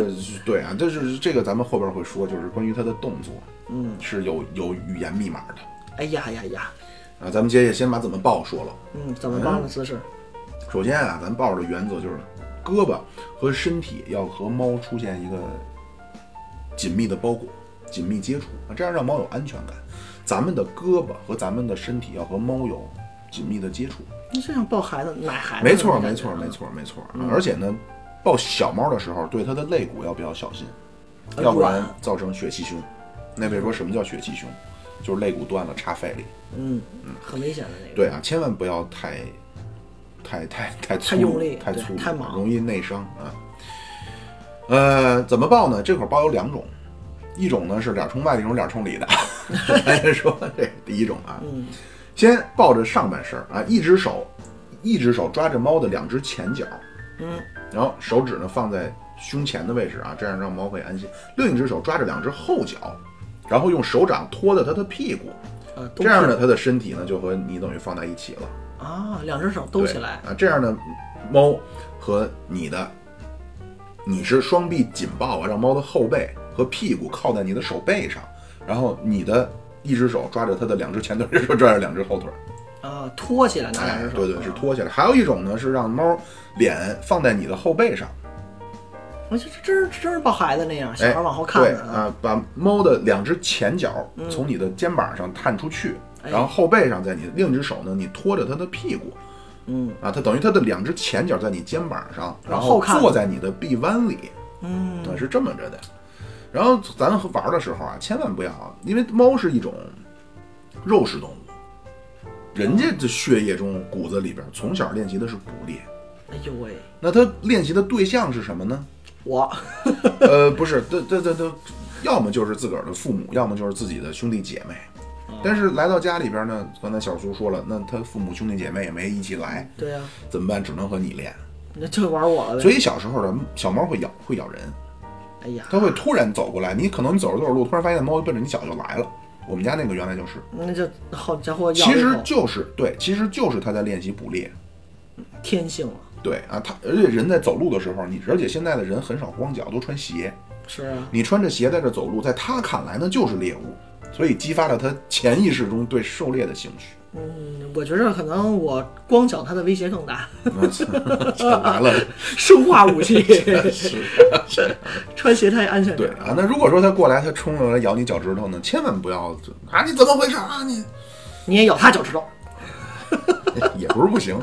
A: 对啊，这是这个咱们后边会说，就是关于它的动作，
B: 嗯，
A: 是有有语言密码的
B: 哎呀呀呀，
A: 啊。咱们接着先把怎么抱说了。
B: 嗯，怎么抱的姿势？
A: 首先啊，咱抱着的原则就是，胳膊和身体要和猫出现一个紧密的包裹、紧密接触啊，这样让猫有安全感。咱们的胳膊和咱们的身体要和猫有紧密的接触，
B: 你这像抱孩子奶孩子
A: 没错，
B: 那种
A: 没
B: 感觉
A: 错，
B: 啊
A: 没。错，没错。啊而且呢，抱小猫的时候，对它的肋骨要比较小心，
B: 呃
A: 要不然
B: 软
A: 造成血气胸。那位说什么叫血气胸？就是肋骨断了插肺里。
B: 嗯，很危险的那个。
A: 对啊，千万不要太、太、太、太粗
B: 太
A: 鲁
B: 用力
A: 太
B: 对
A: 粗鲁，
B: 太莽
A: 容易内伤啊。呃，怎么抱呢？这会儿抱有两种，一种呢是脸冲外，一种脸冲 里的。咱先说这第一种啊，
B: 嗯
A: 先抱着上半身儿啊，一只手，一只手抓着猫的两只前脚，
B: 嗯，
A: 然后手指呢放在胸前的位置啊，这样让猫会安心。另一只手抓着两只后脚，然后用手掌托着它的屁股，
B: 呃，都
A: 这样
B: 起
A: 呢，它的身体呢就和你等于放在一起了。
B: 啊，两只手
A: 对
B: 兜起来。
A: 啊，这样呢，猫和你的，你是双臂紧抱啊，让猫的后背和屁股靠在你的手背上，然后你的一只手抓着它的两只前腿，一 只手抓着两只后腿，
B: 啊，托起来拿两
A: 哎
B: 只，手，
A: 对对，是
B: 啊。
A: 托起来。还有一种呢是让猫脸放在你的后背上，
B: 我这这真是真是抱孩子那样，小
A: 哎，
B: 孩往后看
A: 对
B: 着啊。嗯
A: 啊，把猫的两只前脚从你的肩膀上探出去，
B: 哎
A: 然后后背上在你另一只手呢，你托着它的屁股，
B: 嗯
A: 啊，它等于它的两只前脚在你肩膀上，然
B: 往
A: 后
B: 后看
A: 坐在你的臂弯里，
B: 嗯，
A: 啊，是这么着的。然后咱玩的时候啊，千万不要，因为猫是一种肉食动物，人家的血液中骨子里边从小练习的是捕猎，
B: 哎呦喂，
A: 那它练习的对象是什么呢？
B: 我
A: 呃，不是，这这这这，要么就是自个儿的父母，要么就是自己的兄弟姐妹。但是来到家里边呢，刚才小苏说了，那他父母兄弟姐妹也没一起来，
B: 对呀，
A: 怎么办？只能和你练。
B: 那就玩我了呗。
A: 所以小时候的小猫会咬，会咬人，
B: 哎呀，
A: 它会突然走过来，你可能你走着走着路，突然发现猫就奔着你脚就来了。我们家那个原来就是，
B: 那就好家伙，咬
A: 其
B: 一
A: 实
B: 口
A: 就是对，其实就是它在练习捕猎。
B: 天性了。
A: 对啊，它而且人在走路的时候，你而且现在的人很少光脚，都穿鞋。
B: 是啊，
A: 你穿着鞋在这走路，在它看来呢就是猎物，所以激发了它潜意识中对狩猎的兴趣。
B: 嗯，我觉着可能我光脚它的威胁更大，
A: 来了，
B: 生化武 器。 穿鞋太安全
A: 对
B: 点儿
A: 啊，那如果说它过来，它冲过来咬你脚趾头呢，千万不要啊！你怎么回事啊？你
B: 你也咬它脚趾头。
A: 也不是不行，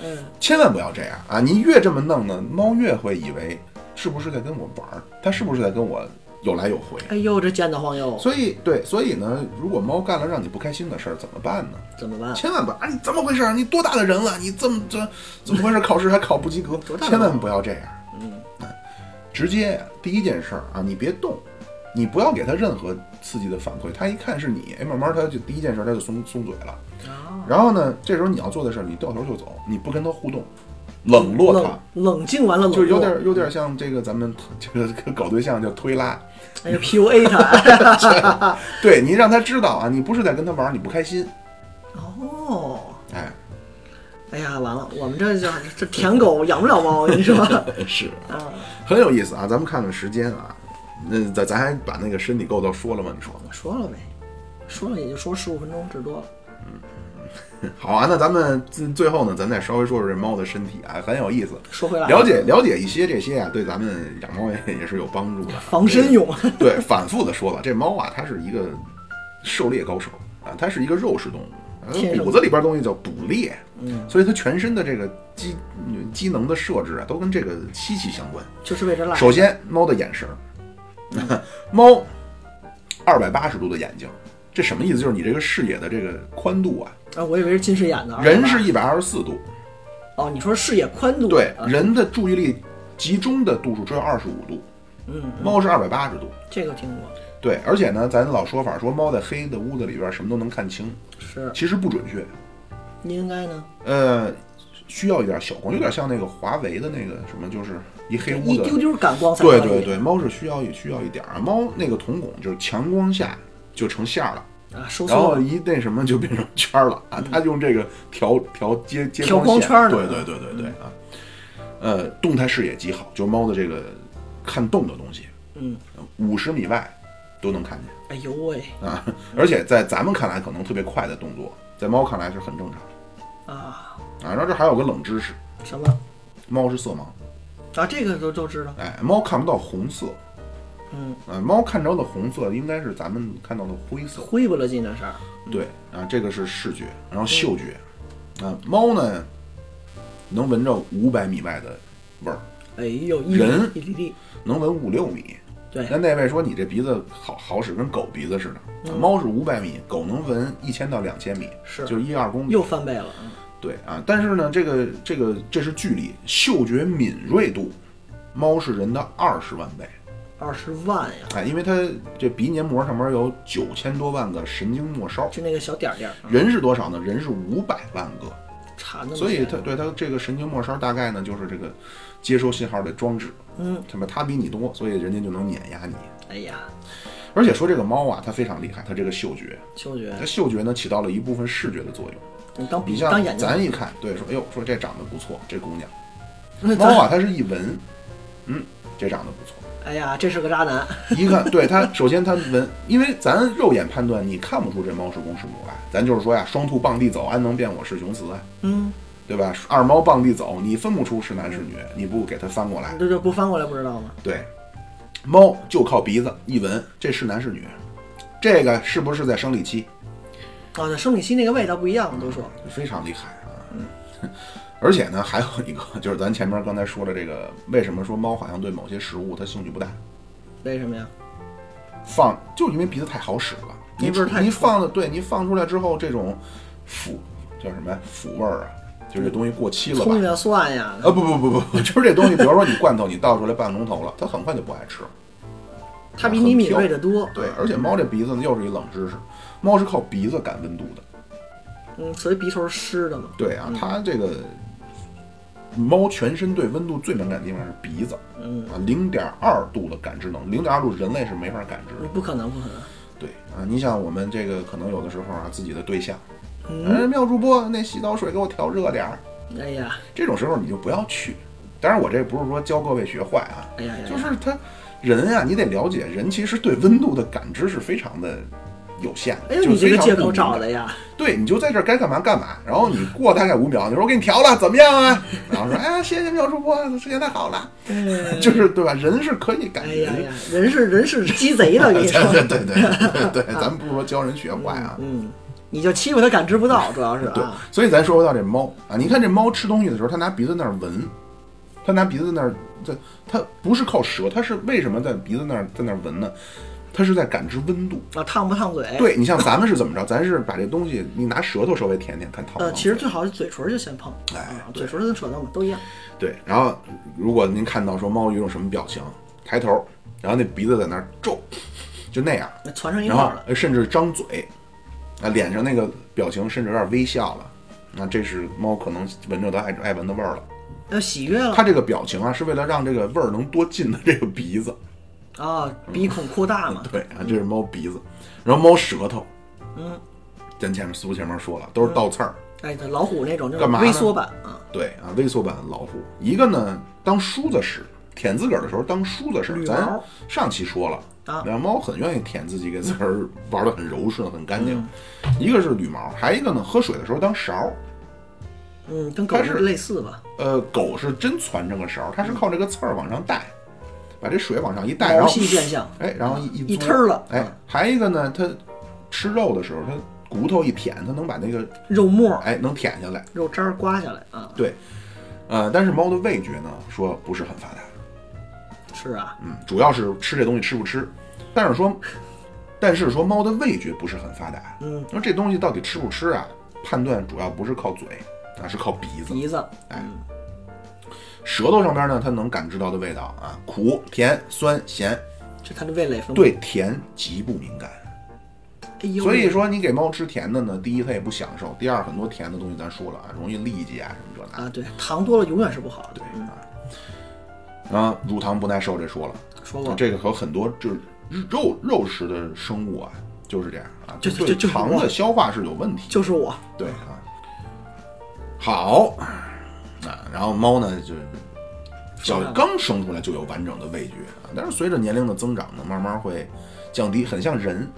B: 嗯，
A: 千万不要这样啊！你越这么弄呢，猫越会以为是不是在跟我玩儿，它是不是在跟我有来有回。
B: 哎呦，这尖的慌哟，
A: 所以，对，所以呢，如果猫干了让你不开心的事儿，怎么办呢？
B: 怎么办？
A: 千万不啊！你怎么回事儿？你多大的人了？你这么这怎么回事儿？考试还考不及格
B: 多，大的人
A: 千万不要这样。嗯，直接呀第一件事儿啊，你别动，你不要给它任何刺激的反馈。它一看是你，哎，慢慢它就第一件事儿它就松松嘴了。
B: 啊，
A: 然后呢，这时候你要做的事儿，你掉头就走，你不跟它互动，冷落它。
B: 冷冷静完了，冷
A: 就
B: 落
A: 有点有点像这个咱们这个搞对象叫推拉，
B: 哎呦 PUA 它。
A: 对你让他知道啊，你不是在跟他玩儿，你不开心，
B: 哦。
A: 哎，
B: 哎呀，完了，我们这叫这舔狗养不了猫，你说？
A: 是
B: 啊，
A: 很有意思啊。咱们看看时间啊，那咱咱还把那个身体构造说了吗？你说
B: 我说了没？说了也就说十五分钟至多了。
A: 好啊，那咱们最最后呢，咱再稍微说说这猫的身体啊，很有意思，
B: 说回来，
A: 了解了解一些这些啊，对咱们养猫也也是有帮助的啊。
B: 防身用，
A: 对，反复的说吧，这猫啊，它是一个狩猎高手啊，它是一个肉食动物啊，
B: 天生
A: 骨子里边东西叫捕猎，
B: 嗯，
A: 所以它全身的这个机机能的设置啊，都跟这个息息相关。
B: 就是为这蜡。
A: 首先，猫的眼神儿， 猫二百八十度的眼睛，这什么意思？就是你这个视野的这个宽度啊，
B: 啊，我以为是近视眼呢。
A: 人
B: 吧
A: 是一百二十四度，
B: 哦，你说视野宽度
A: 对
B: 啊，
A: 人的注意力集中的度数只有二十五度，
B: 嗯，
A: 猫是二百八十度。
B: 这个听过
A: 对，而且呢，咱老说法说猫在黑的屋子里边什么都能看清，
B: 是
A: 其实不准确。
B: 应该呢，
A: 呃，需要一点小光，有点像那个华为的那个什么，就是一黑屋
B: 一
A: 子。
B: 丢丢感光才可
A: 对对
B: 以。
A: 对，猫是需要也需要一点儿啊，猫那个瞳孔就是强光下就成线儿了，
B: 啊，收
A: 然
B: 缩
A: 后
B: 了
A: 一那什么就变成圈儿了啊，它用这个调调接接
B: 嗯调
A: 光
B: 光
A: 线
B: 圈儿呢嗯
A: 对对对对对啊，呃，动态视野极好，就是猫的这个看动的东西，
B: 嗯，
A: 五十米外都能看见。
B: 哎呦喂
A: 啊，而且在咱们看来可能特别快的动作，在猫看来是很正常的
B: 啊，
A: 啊。然后这还有个冷知识，
B: 什么
A: 猫是色盲，
B: 啊？这个都都知道，
A: 哎，猫看不到红色，
B: 嗯，
A: 啊，猫看着的红色应该是咱们看到的灰色，
B: 灰不勒进的事儿，
A: 对啊，这个是视觉，然后嗅觉，啊，猫呢能闻着五百米外的味儿，
B: 哎呦，一
A: 人
B: 一粒粒，
A: 能闻五六米。
B: 对
A: 那那位说你这鼻子好好使，跟狗鼻子似的。啊猫是五百米，狗能闻一千到两千米，
B: 嗯是
A: 就是一二公里。
B: 又翻倍了，嗯
A: 对啊，但是呢，这个这个这是距离，嗅觉敏锐度，猫是人的二十万倍，
B: 二十万呀，
A: 哎，因为它这鼻黏膜上面有九千多万个神经末梢，
B: 就那个小点儿点儿，啊
A: 人是多少呢？人是五百万个，
B: 差那么
A: 所以
B: 远
A: 它对它这个神经末梢大概呢就是这个接收信号的装置，
B: 嗯，
A: 它么它比你多，所以人家就能碾压你。
B: 哎呀，
A: 而且说这个猫啊，它非常厉害，它这个嗅觉，
B: 嗅觉
A: 它，嗅觉呢起到了一部分视觉的作用。
B: 你当
A: 你
B: 鼻
A: 像
B: 当眼睛，
A: 咱一看，对，说哎呦，说这长得不错，这姑娘。
B: 那咱
A: 猫啊，它是一闻，嗯，这长得不错。
B: 哎呀，这是个渣男，
A: 一看，对它，首先它闻，因为咱肉眼判断，你看不出这猫是公是母来。咱就是说呀，双兔傍地走，安能辨我是雄雌啊，
B: 嗯，
A: 对吧？二猫傍地走，你分不出是男是女，你不给它翻过来，
B: 这就不翻过来不知道吗？
A: 对。猫就靠鼻子一闻，这是男是女，这个是不是在生理期？
B: 啊，对，生理期那个味道不一样，都说
A: 非常厉害啊！ 而且呢，还有一个就是咱前面刚才说的这个，为什么说猫好像对某些食物它兴趣不大？
B: 为什么呀？
A: 放，就是因为鼻子太好使了。你
B: 那味儿太
A: 你
B: 冲
A: 放的对，你放出来之后，这种腐叫什么呀？腐味儿啊，就是这东西过期了吧
B: 葱？呀蒜呀，
A: 啊不不不不不，就是这东西，比如说你罐头，你倒出来半个钟头了，它很快就不爱吃了。
B: 它比你敏锐的多，啊
A: 对，而且猫这鼻子呢又是一冷知识，猫是靠鼻子感温度的。
B: 嗯，所以鼻头是湿的嘛，
A: 对啊，它这个猫全身对温度最敏感的地方是鼻子，
B: 嗯
A: 啊，零点二度的感知能，零点二度人类是没法感知的。
B: 不可能不可能，
A: 对啊，你想我们这个可能有的时候啊，自己的对象，嗯，妙主播那洗澡水给我调热点儿，
B: 哎呀，
A: 这种时候你就不要去。当然，我这不是说教各位学坏啊，
B: 哎呀哎呀
A: 就是他人啊，你得了解人其实对温度的感知是非常的有限的。
B: 哎呦，
A: 就
B: 你这
A: 非
B: 个
A: 常
B: 借
A: 不
B: 口
A: 敏
B: 找
A: 感
B: 的呀，
A: 对，你就在这儿该干嘛干嘛，然后你过大概五秒，你说我给你调了，怎么样啊？然后说，哎呀，谢谢妙主播，现在好了，就是对吧？人是可以感
B: 哎
A: 觉，
B: 呀呀，人是人是 鸡贼的，我跟你说，
A: 对对对对对，咱们不是说教人学坏啊，
B: 嗯，你就欺负他感知不到，主要是
A: 对
B: 啊，，
A: 所以咱说回到这猫啊，你看这猫吃东西的时候，它拿鼻子那儿闻，它拿鼻子那儿，它它不是靠舌，它是为什么在鼻子那儿在那儿闻呢？它是在感知温度。
B: 啊，烫不烫嘴？，
A: 对你像咱们是怎么着？咱是把这东西你拿舌头稍微舔舔，看烫不
B: 呃，
A: 烫
B: 其实
A: 嘴
B: 最好是嘴唇儿就先碰，
A: 哦哎
B: 啊，
A: 对
B: 嘴唇儿跟舌头嘛都一样，
A: 对，然后如果您看到说猫有一种什么表情，抬头，然后那鼻子在那儿皱，就那样，
B: 那攒成一
A: 然
B: 块
A: 后
B: 儿了，
A: 呃甚至张嘴，啊，脸上那个表情甚至有点微笑了，那这是猫可能闻着它爱爱闻的味儿了。
B: 要喜悦了
A: 它这个表情啊，是为了让这个味儿能多进的这个鼻子，
B: 啊，鼻孔扩大嘛，
A: 对啊，这是猫鼻子，然后猫舌头，
B: 嗯，
A: 咱前面苏前面说了，都是倒刺儿。
B: 哎，这老虎那种就是
A: 干嘛呢
B: 微缩版啊，
A: 对啊，微缩版老虎，一个呢当梳子使，舔自个儿的时候当梳子使。
B: 捋毛
A: 咱上期说了，
B: 啊
A: 两猫很愿意舔自己给自个儿玩的很柔顺、很干净。一个是捋毛，还一个呢喝水的时候当勺儿。
B: 嗯，跟狗
A: 它是
B: 类似吧，
A: 呃，狗是真攒着个勺儿，它是靠这个刺儿往上带，把这水往上一带，然
B: 嗯毛
A: 后
B: 细变相，
A: 哎，然后一嘬
B: 一吞儿了嗯
A: 哎，还一个呢，它吃肉的时候，它骨头一舔，它能把那个
B: 肉沫儿、
A: 哎能舔下来。
B: 肉渣儿刮下来啊。
A: 对，呃，但是猫的味觉呢，说不是很发达，
B: 是啊，
A: 嗯，主要是吃这东西吃不吃。但是说，但是说猫的味觉不是很发达，
B: 嗯，
A: 那这东西到底吃不吃啊？判断主要不是靠嘴，啊，是靠鼻子。
B: 鼻子，
A: 哎舌头上边呢，它能感知到的味道啊，苦、甜、酸、咸，
B: 这它的味蕾分布。
A: 对甜极不敏感。
B: 哎呦，
A: 所以说，你给猫吃甜的呢，第一它也不享受，第二很多甜的东西咱说了啊，容易痢疾啊什么这那
B: 啊，对，糖多了永远是不好的。
A: 对啊。啊，乳糖不耐受这说了，
B: 说过，
A: 这个和很多就是肉肉食的生物啊，就是这样啊，
B: 嗯就就
A: 对
B: 就是
A: 肠
B: 我
A: 子消化是有问题的。
B: 就是我，
A: 对啊，好啊，然后猫呢就是小
B: 说吧
A: 刚生出来就有完整的味觉啊，但是随着年龄的增长呢，慢慢会降低，很像人，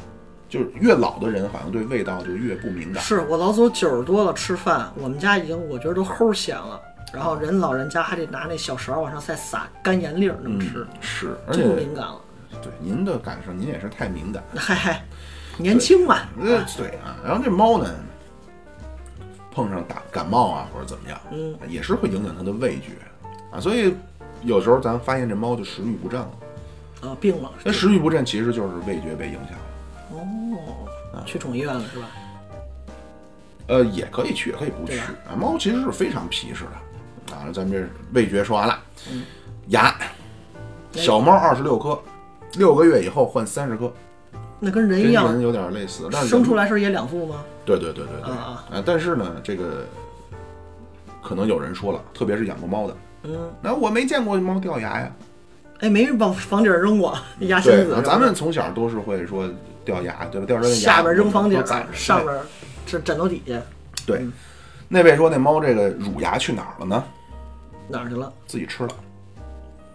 A: 就是越老的人好像对味道就越不敏感。
B: 是我老祖九十多了吃饭，我们家已经我觉得都齁咸了，然后人老人家还得拿那小勺往上再撒干盐粒儿那么吃，
A: 是，而
B: 这不
A: 且
B: 敏感了。
A: 嗯对您的感受，您也是太敏感。
B: 嗨嗨，年轻嘛，
A: 呃，对啊，然后这猫呢，碰上打感冒啊或者怎么样，
B: 嗯，
A: 也是会影响它的味觉啊，所以有时候咱发现这猫就食欲不振了。
B: 啊病了。
A: 那食欲不振其实就是味觉被影响了。
B: 哦，去宠医院了是吧？
A: 呃，也可以去，也可以不去
B: 对吧
A: 啊。猫其实是非常皮实的啊。咱们这味觉说完了，
B: 嗯
A: 牙，小猫二十六颗，六个月以后换三十颗，
B: 那跟人
A: 跟
B: 一样，
A: 人有点类似，但是
B: 哎生出
A: 来，
B: 来时候也两副吗？
A: 对对对对对
B: 啊
A: 啊。但是呢，这个可能有人说了，特别是养过猫的，
B: 嗯，
A: 那我没见过猫掉牙呀。
B: 哎，没人往房顶儿扔过牙芯
A: 对
B: 子，
A: 啊，咱们从小都是会说掉牙，对吧？掉出来的牙
B: 下边扔房顶
A: 都攒着
B: 儿，上边儿嗯是枕头底下
A: 对。对那位说那猫这个乳牙去哪儿了呢？
B: 哪儿去了？
A: 自己吃了，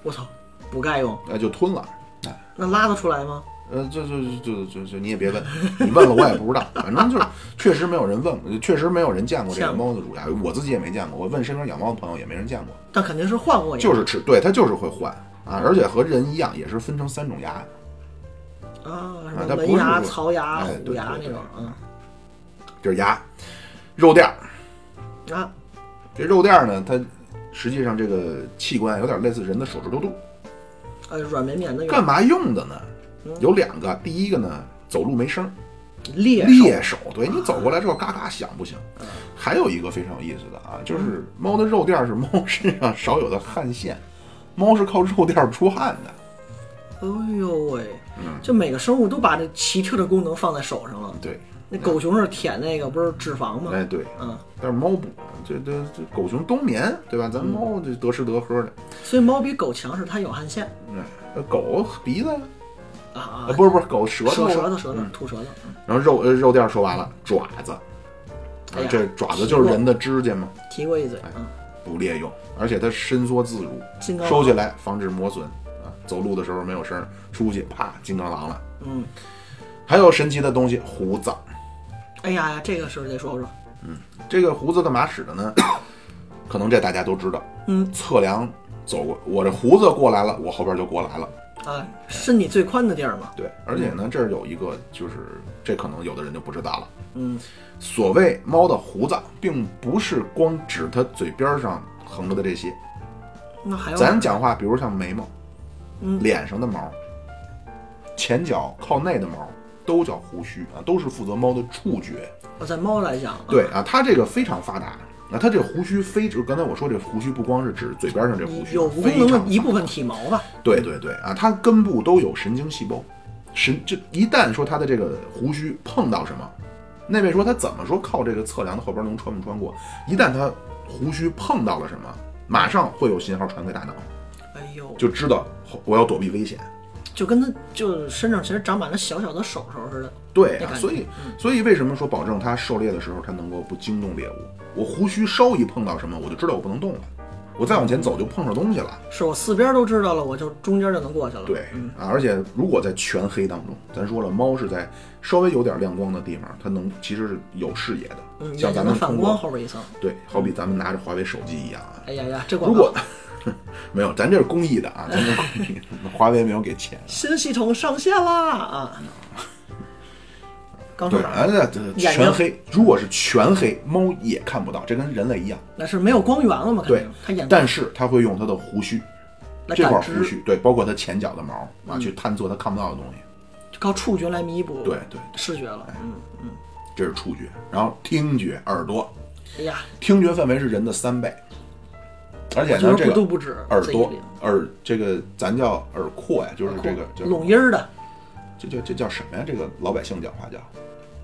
B: 我操，补钙用，
A: 那就吞了。哎
B: 那拉得出来吗？
A: 呃，这这这这这你也别问，你问了我也不知道，反正就是确实没有人问过，确实没有人见过这个
B: 见
A: 猫的乳牙，我自己也没见过，我问身边养猫的朋友也没人见过，
B: 但肯定是换过牙
A: 就是吃，对它就是会换啊，而且和人一样也是分成三种牙，
B: 啊，
A: 啊
B: 什么
A: 它
B: 门
A: 不是
B: 牙、
A: 说
B: 槽牙、
A: 哎
B: 虎
A: 对
B: 牙
A: 对
B: 那种
A: 对
B: 啊
A: 就是牙、肉垫儿，
B: 啊，
A: 这肉垫儿呢，它实际上这个器官有点类似人的手指头肚，
B: 呃，软绵绵的有嗯
A: 干嘛用的呢？有两个，第一个呢，走路没声儿，
B: 裂手嗯
A: 猎手，对你走过来之后嘎嘎响不行。还有一个非常有意思的啊，就是猫的肉垫儿是猫身上少有的汗腺，猫是靠肉垫儿出汗的。
B: 哎呦喂，
A: 嗯
B: 就每个生物都把这奇特的功能放在手上了。
A: 对，
B: 那狗熊是舔那个不是脂肪吗？
A: 哎对，
B: 嗯，
A: 但是猫不，这这这狗熊冬眠对吧？咱
B: 嗯
A: 猫这得吃得喝的，
B: 所以猫比狗强是它有汗腺
A: 哎，那狗鼻子呀
B: 啊
A: 啊，
B: 啊，
A: 不是不是狗舌头
B: 舌
A: 啊，
B: 舌头舌头吐舌头，嗯
A: 然后肉呃肉垫儿说完了，爪子，啊
B: 哎呀
A: 这爪子就是人的哎指甲嘛，
B: 提过一嘴啊。
A: 捕猎用，而且它伸缩自如
B: 金，刚
A: 收起来防止磨损啊。走路的时候没有声儿，出去啪，金刚狼了。
B: 嗯，
A: 还有神奇的东西，胡子。
B: 哎呀呀，这个时候得说说，
A: 这个胡子干嘛使的呢？ 可能这大家都知道。
B: 嗯，
A: 测量走过，我这胡子过来了，我后边就过来了。
B: 啊，身体最宽的地儿嘛，
A: 对，而且呢，这儿有一个，就是这可能有的人就不知道了。
B: 嗯，
A: 所谓猫的胡子，并不是光指它嘴边上横着的这些。
B: 哎那还有
A: 咱讲话，比如像眉毛，
B: 嗯
A: 脸上的毛，前脚靠内的毛，都叫胡须啊，都是负责猫的触觉。
B: 哦在猫来讲，
A: 对，啊，它这个非常发达。那它这胡须非指，刚才我说这胡须不光是指嘴边上这胡须，啊
B: 有无
A: 非
B: 功能
A: 常
B: 的一
A: 发达
B: 部分体毛吧，
A: 对对对啊，它根部都有神经细胞，神这一旦说它的这个胡须碰到什么，那位说他怎么说靠这个测量的后边能穿不穿过？一旦它胡须碰到了什么，马上会有信号传给大脑，
B: 哎呦，
A: 就知道后我要躲避危险。
B: 就跟它就身上其实长满了小小的手手似的，
A: 对
B: 那
A: 啊，
B: 感觉
A: 所以所以为什么说保证它狩猎的时候它能够不惊动猎物？我胡须稍一碰到什么，我就知道我不能动了，我再往前走就碰上东西了。
B: 是我四边都知道了，我就中间就能过去了。
A: 对啊，而且如果在全黑当中，咱说了，猫是在稍微有点亮光的地方，它能其实是有视野的，
B: 嗯，
A: 像咱
B: 眼睛
A: 们
B: 的反
A: 通
B: 光
A: 过
B: 后边一层。
A: 对，好比咱们拿着华为手机一样啊。
B: 哎呀呀，这广
A: 如
B: 告
A: 果 没有，咱这是公益的啊，咱这是公益的，华为没有给钱。
B: 新系统上线啦啊！刚说
A: 对，
B: 哪儿
A: 啊
B: 了？
A: 那这
B: 眼睛
A: 全黑，如果是全黑，猫也看不到，这跟人类一样。
B: 那是没有光源了嘛？肯
A: 对
B: 定，他嗯眼
A: 但是它会用它的胡须，
B: 来
A: 这块
B: 感
A: 胡
B: 知，嗯
A: 须，对，包括它前脚的毛啊，去探测它看不到的东西。
B: 靠触觉来弥补
A: 对哎对，
B: 视觉了。嗯，
A: 这是触觉，然后听觉，耳朵，
B: 哎呀，
A: 听觉范围是人的三倍，而且
B: 觉
A: 呢，
B: 得
A: 这
B: 不
A: 个
B: 都不止
A: 耳
B: 这一
A: 朵
B: 领
A: 耳这个咱叫耳廓呀，就是这个叫
B: 拢音儿的
A: 这叫这叫什么呀？这个老百姓讲话叫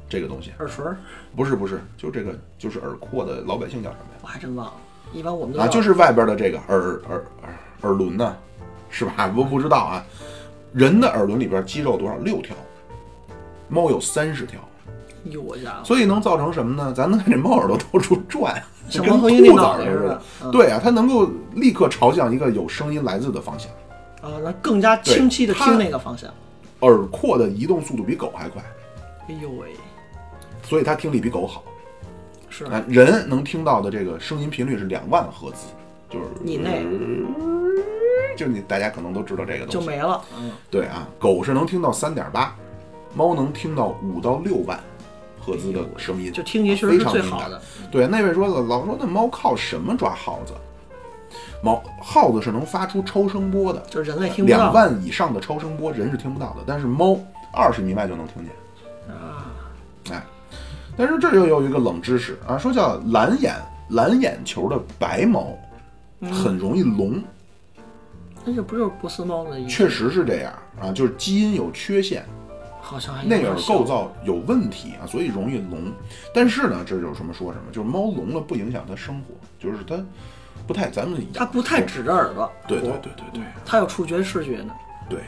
A: 这个东西，
B: 耳垂儿，
A: 不是不是，就这个就是耳廓的老百姓叫什么
B: 我还真忘了。一般我们都
A: 呀？啊，
B: 叫
A: 就是外边的这个耳耳耳耳轮呢，是吧？ 我不知道啊，人的耳轮里边肌肉多少？六条，猫有三十条。
B: 哟，我家伙，
A: 所以能造成什么呢？咱能看这猫耳朵到处 转，就
B: 小
A: 跟兔
B: 猫头
A: 子
B: 鹰那脑
A: 耳朵
B: 袋似
A: 似
B: 的
A: 的。
B: 嗯
A: 对啊，它能够立刻朝向一个有声音来自的方向。
B: 啊，那更加清晰的
A: 对它
B: 听那个方向。
A: 耳廓的移动速度比狗还快，
B: 哎呦喂，
A: 所以它听力比狗好。
B: 是
A: 啊，人能听到的这个声音频率是两万赫兹，就是
B: 以内
A: 就你大家可能都知道这个
B: 就
A: 东西。
B: 没了。嗯，
A: 对啊，狗是能听到三点八，猫能听到五到六万赫兹的声音，
B: 就听觉确实
A: 非
B: 是
A: 常
B: 最
A: 敏
B: 好
A: 感
B: 的。
A: 对，那位说了，老说那猫靠什么抓耗子？猫耗子是能发出超声波的，
B: 就是人类听不
A: 两
B: 到
A: 万以上的超声波人是听不到的，但是猫二十米外就能听见。
B: 啊，
A: 哎，但是这又有一个冷知识啊，说叫蓝眼蓝眼球的白猫
B: 嗯
A: 很容易聋，
B: 那哎这不就是波斯猫的一
A: 确实是这样啊，就是基因有缺陷，
B: 好像还有
A: 内
B: 点
A: 耳
B: 像
A: 构造有问题啊，所以容易聋。但是呢，这有什么说什么，就是猫聋了不影响它生活，就是它不太咱们
B: 它不太指着耳朵，
A: 对对对对对
B: 它有触觉、视觉呢。
A: 对，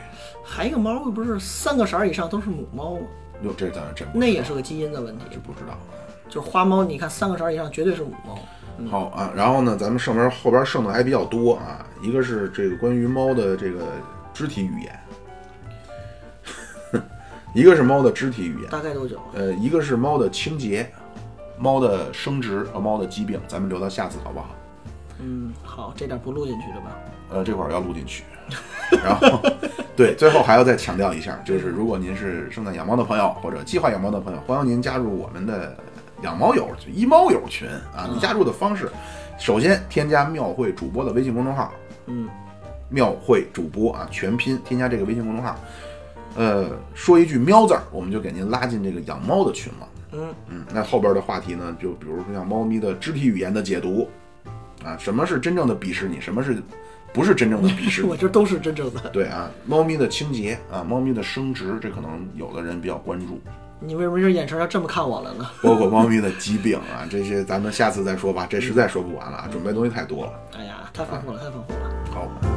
B: 还有一个猫，不是三个色儿以上都是母猫吗？
A: 哟，这咱真不
B: 那也是个基因的问题。
A: 这不知道。啊
B: 就是花猫，你看三个色儿以上绝对是母猫。
A: 好啊，然后呢，咱们上边后边剩的还比较多啊，一个是这个关于猫的这个肢体语言， 一个是猫的肢体语言，
B: 大概多久？
A: 呃，一个是猫的清洁，猫的生殖和猫的疾病，咱们留到下次好不好？
B: 嗯，好，这点不录进去对吧？
A: 呃，这会儿要录进去。然后，对，最后还要再强调一下，就是如果您是正在养猫的朋友，或者计划养猫的朋友，欢迎您加入我们的养猫友一猫友群啊。你加入的方式，首先添加庙会主播的微信公众号，
B: 嗯，
A: 庙会主播啊，全拼添加这个微信公众号，呃，说一句喵字儿，我们就给您拉进这个养猫的群了。
B: 嗯
A: 嗯，那后边的话题呢，就比如说像猫咪的肢体语言的解读啊，什么是真正的鄙视你，什么是不是真正的鄙视你
B: 我？这都是真正的。
A: 对啊，猫咪的清洁啊，猫咪的生殖，这可能有的人比较关注，
B: 你为什么这眼神要这么看我了呢？
A: 包括猫咪的疾病啊，这些咱们下次再说吧，这实在说不完了，啊，准备东西太多了。
B: 哎呀，太丰富了，太丰富了。
A: 好。